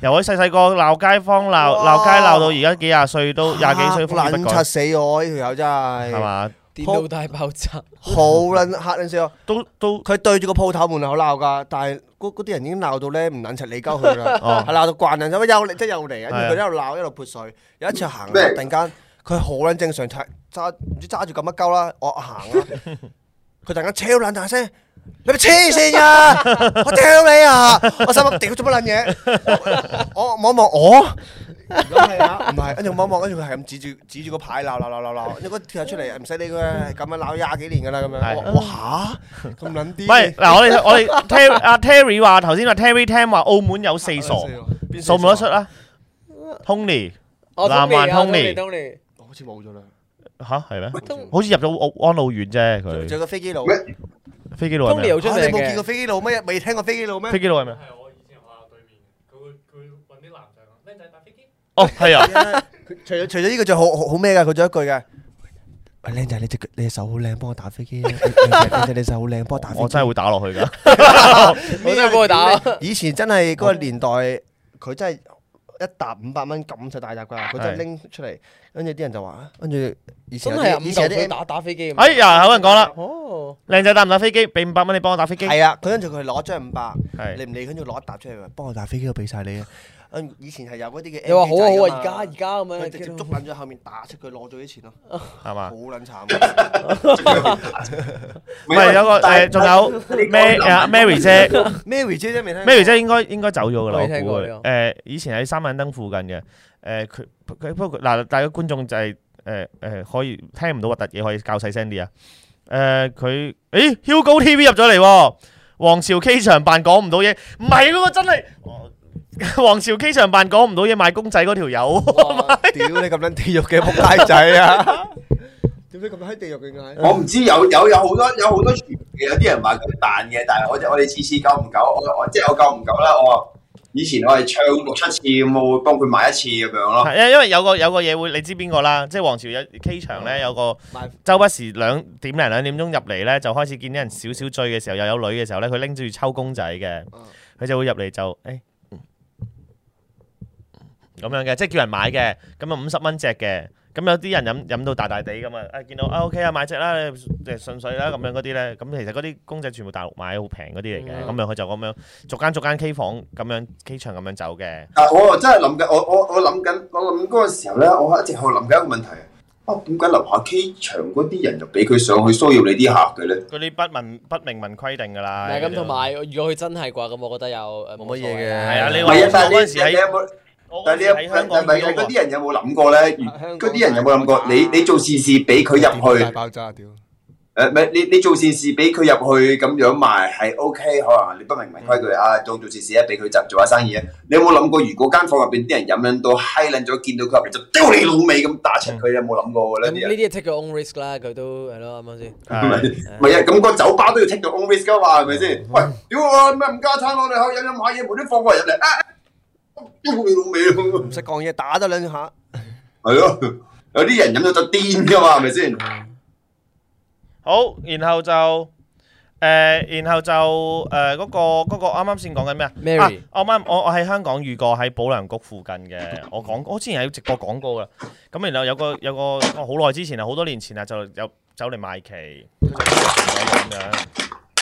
S1: 由佢細細個鬧街坊鬧鬧街鬧到而家幾廿歲都廿幾歲，風雨
S4: 啊撚
S1: 不改
S4: 柒死我！呢條友真係
S1: 係，嘛？
S2: 電腦大爆炸，
S4: 好撚嚇撚死我！
S1: 都都
S4: 佢對住個鋪頭門口鬧㗎，但係嗰嗰啲人已經鬧到咧唔撚柒理鳩佢 啦，
S1: 哦
S4: 係鬧到慣人咁又嚟，即係又嚟，跟
S1: 係
S4: 住
S1: 啊
S4: 佢一路鬧一路潑水。有一次行啊，
S3: 咩
S4: 突然間佢好撚正常，揸揸唔知揸住咁乜鳩啦，我行啦，佢突然間超 撚大聲。你咪黐線啊！我屌你啊！我心諗屌做乜撚嘢？我我望一望我，如果係啊，唔係，跟住望一望，跟住佢係咁指住指住個牌鬧鬧鬧鬧鬧，你嗰條友出嚟唔使理佢啊，咁 樣鬧廿幾年㗎啦咁樣。
S1: 係
S4: 我哇嚇咁撚啲
S1: 唔係
S4: 嘅。
S1: 嗱，我哋我哋 Terry 阿 Terry 話頭先話 Terry Tam 話澳門有四傻，
S4: 邊四
S1: 數唔數得出啊？Tony
S2: 我
S1: 南蠻 Tony
S2: Tony，
S4: 傻？好似冇咗啦。
S1: 吓係咩？
S2: Tony
S1: 好似入咗澳安老院啫，
S4: 仲
S1: 佢
S4: 有個飛機佬，
S3: 咩
S1: 飛機佬係
S2: Tony
S1: 咩啊？
S2: 好出
S4: 啊
S2: 名
S4: 你冇見
S2: 嘅。
S4: 過飛機佬咩？未聽過飛機佬咩
S1: 飛？機佬係咩啊？
S6: 係我以前學校對面，佢會佢會揾啲男仔講，靚仔打飛機，
S1: 哦，係啊，
S4: 佢除咗除咗呢個仲好好好咩㗎？佢仲有一句嘅。喂，靚仔，你隻腳你隻手好靚，幫我打 飛機啊！靚仔，你隻手好靚，幫我打飛機。
S1: 我真係會打落去㗎。
S2: 我真係幫佢打。
S4: 以前真係嗰個年代，佢真係一沓五百蚊咁就大沓㗎，佢真係
S1: 係
S4: 拎出嚟，跟住啲人就話，跟住以
S2: 真
S4: 前有
S2: 係啊，
S4: 啲
S2: 五
S4: 以前
S2: 嚿
S4: 有啲
S2: 水打打飛機咁。
S1: 哎呀，有人講啦，
S2: 哦，
S1: 靚仔打唔打飛機？俾五百蚊你幫我打飛機。
S4: 係啊，佢跟住佢攞張五百，
S1: 係
S4: 你唔理，跟住攞一沓出嚟話，幫我打飛機，我俾晒你啊！嗯以前係有嗰啲嘅，
S2: 你話好啊好啊，而家而家咁
S4: 佢
S2: 樣
S4: 直接捉撚咗後面打出佢攞咗啲錢咯，
S1: 係
S4: 好
S1: 嘛？
S4: 撚 慘。
S1: 唔係有個誒，
S3: 但
S1: 仲有
S3: 你講
S1: Mary 啊
S3: 林
S1: ，Mary 姐
S4: Mary 姐真係未聽過
S1: ，Mary 姐應該應該走咗㗎啦，
S2: 我
S1: 我
S2: 未聽
S1: 估
S2: 過
S1: 佢
S2: 呢
S1: 誒以前喺三眼燈附近嘅誒，佢佢不過嗱，大家觀眾就係誒誒可以聽唔到核突嘢，可以較細聲啲啊。誒佢，誒 Hugo TV 入咗嚟喎，皇朝 K 場扮講唔到嘢，唔係嗰個真係。 皇朝 K 場扮講唔到嘢賣公仔嗰條友，
S4: 哇屌你咁撚地獄嘅仆街仔啊！點解咁閪地獄
S1: 嗯
S4: 嘅點解？
S3: 我唔知有有有好多有好多傳嘅，有啲人話佢彈嘅，但係我哋我哋次次夠唔夠？我我即係我夠唔夠啦？我話以前我係唱六七次咁，我會幫佢買一次咁樣咯。
S1: 係因因為有個有個嘢會，你知邊個啦？即係皇朝有 K 場咧，有個
S4: 賣
S1: 周不時兩點零兩點鐘入嚟咧，就開始見啲人少少醉嘅時候，又有女嘅時候咧，佢拎住抽公仔嘅，佢就會入嚟就誒。嗯咁樣嘅，即係叫人買嘅，咁啊五十蚊隻嘅，咁有啲人飲飲到大大地咁啊，啊見到啊 OK 啊買隻啦，誒順水啦咁樣嗰啲咧，咁其實嗰啲公仔全部大陸買好平嗰啲嚟嘅，咁樣佢就咁樣逐間逐間 K 房咁樣 K 場咁樣走嘅。
S3: 但係我真係諗緊，我我我諗緊，我諗嗰陣時候咧，我一直喺度諗緊一個問題。啊，點解樓下 K 場嗰啲人就俾佢上去騷擾你啲客嘅咧？
S1: 嗰啲不明不明文規定㗎啦。
S2: 係咁，同埋如果佢真係啩，咁我覺得有誒
S4: 冇乜嘢嘅
S1: 係啊，你
S3: 唔
S1: 話
S3: 係啊，但
S1: 我
S3: 係
S1: 嗰陣
S3: 你
S1: 時
S3: 你你有
S1: 喺，
S3: 冇？
S1: 我嗰
S3: 但
S1: 陣
S3: 係你
S1: 時
S3: 有
S1: 喺香
S3: 但
S1: 港
S3: 但係
S1: 見
S3: 嗰
S1: 到
S3: 啲人有冇諗過咧？如
S4: 香港
S3: 嗰啲人有冇諗過？你你做善事俾佢入去
S4: 大，爆炸屌！
S3: 誒唔係你你做善事俾佢入去咁樣賣係 OK，可能你不明文規矩啊，做做善事咧俾佢執做下生意啊。你有冇諗過，如果間房入邊啲人飲撚到閪撚咗，見到佢入嚟就丟你老味咁打柒佢，你有冇諗過
S2: 咁
S3: 咧？
S2: 呢啲係 take your own risk 啦，佢都係咯，啱唔啱先？
S1: 係
S3: 唔係啊，咁個酒吧都要 take 到 own risk 噶嘛，係咪先？喂，屌我咩唔加餐，我哋去飲飲下嘢，冇啲放過入嚟啊！屌你老味
S4: 唔識講嘢，打咗兩下，
S3: 係咯，有啲人飲咗就癲噶嘛，係咪先？
S1: 好，然後就誒、呃然後就誒嗰、個嗰、個啱啱先講緊咩啊
S2: Mary
S1: 啊我啱我我喺香港遇過喺保良局附近嘅，我講我之前喺直播講過噶，咁然後有個有個我好耐之前啊，好多年前啊，就有走嚟賣旗，佢就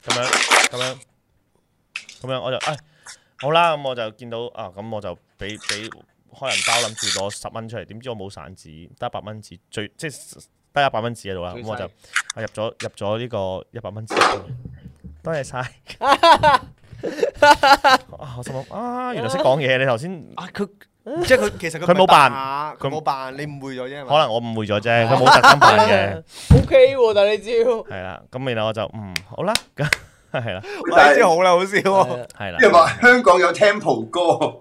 S1: 咁樣咁樣咁樣咁樣，我就唉、好啦，咁我就見到啊，咁我就俾俾開人包，諗住攞十蚊出嚟，點知我冇散紙，得一百蚊紙，最即係得一百蚊紙喺度啦，咁我就。我入咗入咗呢個一百蚊紙，多謝晒。啊我心諗啊，原來識講嘢，你頭先
S4: 啊佢即係佢其實
S1: 佢冇扮
S4: 打
S1: 佢
S4: 佢冇扮，你誤會咗啫
S1: 可
S4: 嘛。
S1: 能我誤會咗啫，佢冇特登扮嘅，
S2: OK 喎，但係你招
S1: 係啦。咁然後我就嗯好啦，咁係啦
S4: 但
S3: 但
S4: 係真係
S3: 係
S4: 好啦，好笑喎。
S1: 係啦
S3: 啲。人話香港有 temple 歌，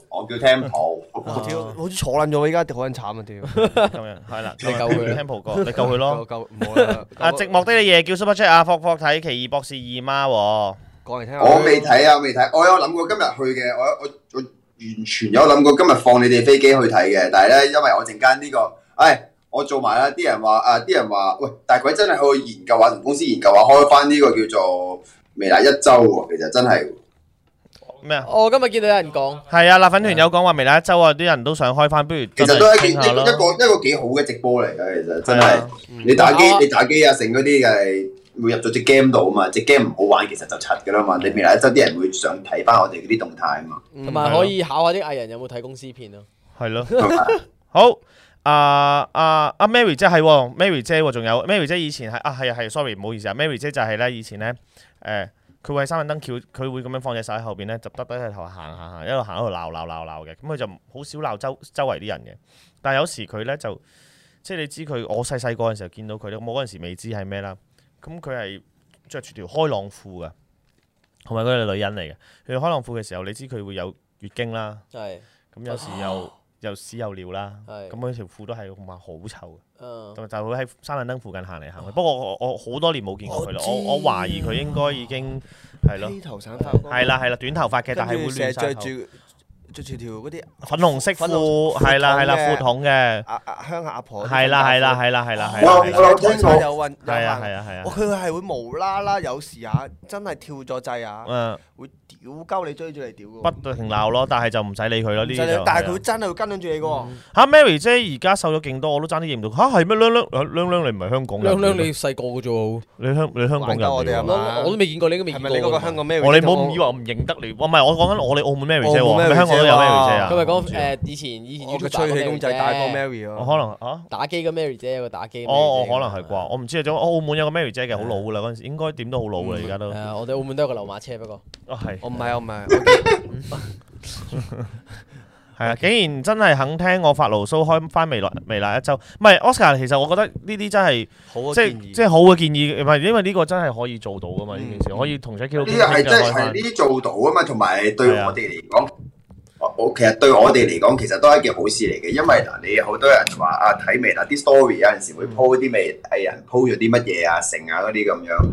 S3: 我叫 temple。
S4: 我屌，好似坐撚咗，依家好撚慘啊！屌，
S1: 咁樣係啦，
S2: 你救佢
S1: Temple 哥，你救佢
S4: 夠
S1: 咯。
S4: 夠唔好啦。
S1: 啊，寂寞的你夜叫 Super Chat 啊，霍霍睇奇異博士二媽喎。
S4: 講嚟聽下。
S3: 我未睇啊，未睇。我有諗過今日去嘅，我我我完全有諗過今日放你哋飛機去睇嘅。但係咧，因為我陣間呢個，唉，我做埋啦。啲人話啊，啲人話，喂，大鬼真係去研究下，同公司研究下，開翻呢個叫做未來一周喎。其實真係
S1: 咩啊？
S2: 我今日見到有人講，
S1: 係啊，辣粉團有講話未來一週啊，啲人都想開翻，不如
S3: 其
S1: 真
S3: 實都
S1: 係
S3: 係一
S1: 傾
S3: 件
S1: 下
S3: 一個
S1: 咯。
S3: 一個幾好嘅直播嚟嘅，其實真
S1: 係
S3: 係
S1: 啊。
S3: 你打機
S2: 嗯
S3: 你打機啊，成嗰啲嘅係會入咗隻 game 度啊嘛，隻 game 唔好玩其實就柒㗎啦嘛。你未來一周啲人會想睇翻我哋嗰啲動態啊嘛。
S4: 嗯
S2: 同埋可以考下啲藝人有冇睇公司片啊咯。
S1: 係咯。
S3: 係咪
S1: 好，啊啊啊 Mary 姐係喎，Mary 姐喎，仲有 Mary 姐以前係啊係啊係，sorry 唔好意思啊，Mary 姐就係咧以前咧誒，佢會喺三眼燈橋，佢會咁樣放隻手喺後邊咧，就耷低喺頭行行行，一路行一路鬧鬧鬧鬧嘅，咁佢就好少鬧周周圍啲人嘅，但係有時佢咧就即係你知佢，我細細個嘅時候見到佢咧，咁我嗰陣時未知係咩啦，咁佢係着住條開浪褲噶，同埋佢係女人嚟嘅，佢開浪褲嘅時候，你知佢會有月經啦。
S2: 係，
S1: 咁有時又
S4: 啊
S1: 又屎又尿啦，
S2: 係
S1: 咁佢條褲都係同埋好臭
S4: 啊
S1: 嘅，
S2: 嗯，
S1: 同埋就會喺三眼燈附近行嚟行去。不過我我我好多年冇見過佢啦，
S2: 我知
S1: 我我懷疑佢應該已經係咯，
S4: 披頭散髮嗰個，
S1: 係啦係啦，短頭髮嘅，但係會
S4: 跟住成
S1: 亂
S4: 日
S1: 曬
S4: 着
S1: 頭。
S4: 住着住條嗰啲
S1: 粉紅色
S4: 粉紅
S1: 褲係啦係啦，
S4: 褲
S1: 褲筒嘅
S4: 阿阿鄉下阿婆。
S1: 係啦係啦。係啦係啦係
S3: 我
S1: 啦
S3: 有
S1: 係
S3: 我
S1: 啦，
S3: 有聽過。
S4: 有運，
S1: 係啊係啊係
S4: 哇！
S1: 啊，
S4: 佢係會無啦啦有時啊，真係跳咗掣啊，
S1: 嗯，
S4: 會屌鳩你追住你屌嘅喎。
S1: 不停鬧咯，但係就唔使理佢咯呢
S4: 唔
S1: 啲
S4: 使理
S1: 就。
S4: 但係
S1: 係啊
S4: 佢真係會跟緊住你嘅喎。
S1: 嚇 Mary 姐而家瘦咗勁多，我都爭啲認唔到。嚇係咩？娘娘娘娘你唔係香港人
S2: 靚
S1: 嚟嘅？
S2: 靚你細個嘅啫喎，
S1: 你香你香港人
S4: 玩鳩我
S1: 嚟
S4: 哋係
S1: 㗎
S4: 嘛
S2: 我我都未見過你，應該未見
S4: 係咪
S2: 過。
S4: 你嗰個香港咩？
S1: 我哋唔好以為我唔認得你，我唔係我講緊我哋澳門 Mary 姐
S4: 澳門
S1: 喎，係
S4: Mary
S1: 咪香港都有
S4: 姐
S1: Mary 姐
S4: 啊
S1: 啊？
S2: 佢咪講
S1: 誒，
S2: 誒以前以前
S4: 我
S2: YouTube
S4: 嘅吹氣公仔大過哦
S2: 咩？
S4: Mary
S1: 我
S4: 咯。
S1: 可能啊，
S2: 打機嘅 Mary 姐有個打機嘅 Mary 姐㗎嘛。
S1: 我我可能係啩，我唔知啊。總澳門有個 Mary 姐嘅好老噶啦，嗰陣時應該點都好老啦，而家都
S2: 係
S1: 啊
S2: 啊，我哋澳門都有個流馬車，不過
S4: 啊
S1: 係
S4: 我唔係我唔係，
S1: 係啊！竟然真係肯聽我發牢騷開翻未來未來一週，唔係 Oscar，其實我覺得呢啲真係
S4: 好
S1: 即
S4: 嘅建
S1: 係
S4: 議。
S1: 即係好嘅建議，唔係因為呢個真係可以做到噶嘛？呢
S4: 嗯
S1: 件事可以同 Jacky
S3: 呢個係真係係呢啲做到啊嘛，同埋對我哋嚟講，我我其實對我哋嚟講，其實都係一件好事嚟嘅，因為嗱，你好多人話啊睇微辣啲 story 有陣時會 po 啲微藝人 po 咗啲乜嘢啊、成啊嗰啲咁樣，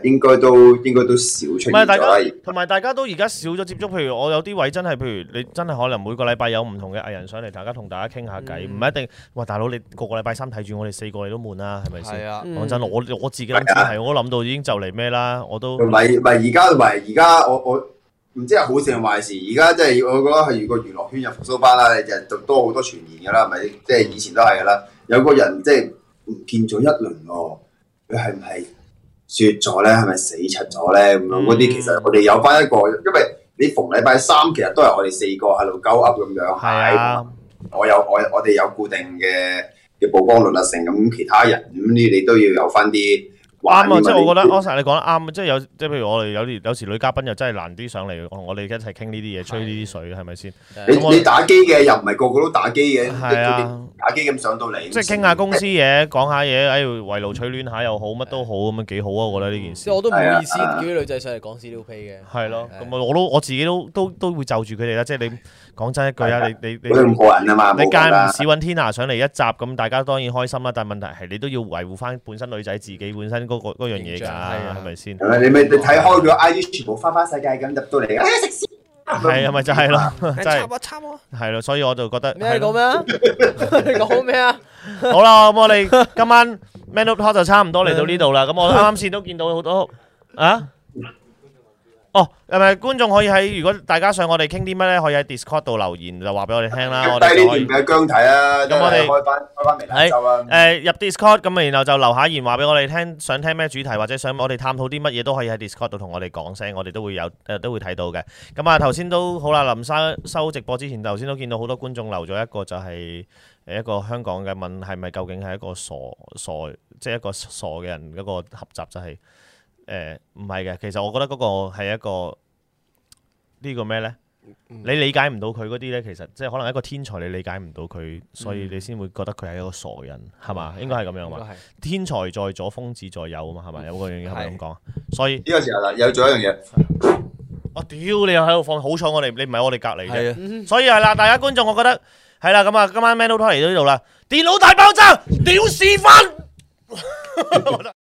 S3: 誒應該都應該都少出現
S1: 唔係大
S3: 咗啦。
S1: 家，同埋大家都而家少咗接觸。譬如我有啲位真係，譬如你真係可能每個禮拜有唔同嘅藝人上嚟，大家同大家傾下偈，唔、一定。喂，大佬你個個禮拜三睇住我哋四個，你都悶啦，係咪
S4: 係
S1: 先？
S4: 啊，
S2: 嗯
S1: 講真，我我自己
S3: 係
S1: 諗
S3: 啊
S1: 住係，我都諗到已經就嚟咩啦，我都
S3: 同埋唔係而家同埋而家我我。唔知係好事定壞事，而家即係我覺得係如果娛樂圈又復甦翻啦，你就多好多傳言㗎啦，係咪？即係以前都係㗎啦，有個人即係唔見咗一輪喎，佢係唔係雪咗咧？係咪死柒咗咧？咁
S1: 嗯
S3: 樣嗰啲其實我哋有翻一個，因為你逢禮拜三其實都係我哋四個喺度鳩噏咁樣，
S1: 係啊，
S3: 我有我我哋有固定嘅嘅曝光率啦，成咁其他人咁你你都要有翻啲
S1: 啱
S3: 玩
S1: 啊！
S3: 㗎
S1: 即
S3: 嘛
S1: 係我覺得
S3: 你
S1: Oscar 你講得啱，啊即係有即係譬如我哋有啲有時女嘉賓又真係難啲上嚟，我我哋一齊傾呢啲嘢，吹呢啲水，係咪先？
S3: 你
S2: 啊
S1: 咁我
S3: 你打機嘅又唔係個個都打機嘅，
S1: 係啊
S3: 你你打機咁上到嚟，
S1: 即係傾下公司嘢，講下嘢，哎，圍爐取暖下又好，乜都好咁樣幾好啊！我覺得呢件事
S2: 即係。 我都唔好意思
S3: 係啊係
S2: 叫
S3: 啊
S2: 啲女仔上嚟講屎尿屁嘅。
S1: 係咯，
S2: 係
S1: 咁我我都我自己都都都會就住佢哋啦，即係你講真一句啊，你你你
S3: 嗰啲咁過癮啊嘛，
S1: 你
S3: 冇
S1: 間
S3: 計
S1: 唔
S3: 啦。
S1: 時揾 Tina 上嚟一集，咁大家當然開心啦。但係問題係你都要維護翻本身女仔自己本身嗰個嗰樣嘢㗎，
S2: 形象係啊
S1: 係咪先？
S3: 係咪你咪你睇開佢 I G 全部花花世界咁入到嚟，哎呀食屎
S1: 係啊，咪就係咯， 真
S4: 插
S1: 係
S4: 啊插啊！
S1: 係咯，所以我就覺得
S2: 咩你
S1: 係咯
S2: 講咩啊？你講咩啊？
S1: 好啦， 咁我哋今晚 Man Up Talk 就差唔多嚟到呢度啦。咁我啱啱先都見到好多啊。哦，係咪觀眾可以喺如果大家想我哋傾啲乜咧，可以喺 Discord 度留言就話俾我哋聽啦。我哋
S3: 低
S1: 就
S3: 呢
S1: 可以
S3: 段俾姜睇啊，
S1: 咁我哋
S3: 開翻開翻微辣州啊，
S1: 誒入 Discord 咁啊，然後就留下言話俾我哋聽，想聽咩主題或者想我哋探討啲乜嘢都可以喺 Discord 度同我哋講聲，我哋都會有誒都會睇到嘅。咁啊頭先都好啦，林生收直播之前，頭先都見到好多觀眾留咗一個就係誒一個香港嘅問係咪究竟係一個傻傻即係一個傻嘅人嗰個合集就係誒唔係嘅，其實我覺得嗰個係一個呢個咩呢？你理解唔到佢嗰啲咧，其實即係可能一個天才，你理解唔到佢，所以你先會覺得佢係一個傻人，係嘛？應該嗯係咁樣嘛。天才在左，瘋子在右啊嘛，係咪？有個樣嘢係咪咁講？所以
S3: 呢個時候啦，有做一樣嘢，
S1: 我屌你又喺度放，好彩我哋你唔係我哋隔離
S4: 係
S1: 啫。
S4: 啊，
S1: 所以係啦，大家觀眾，我覺得係啦，咁啊， 今晚 Man Talk 嚟到呢度啦，電腦大爆炸，屌屎忽！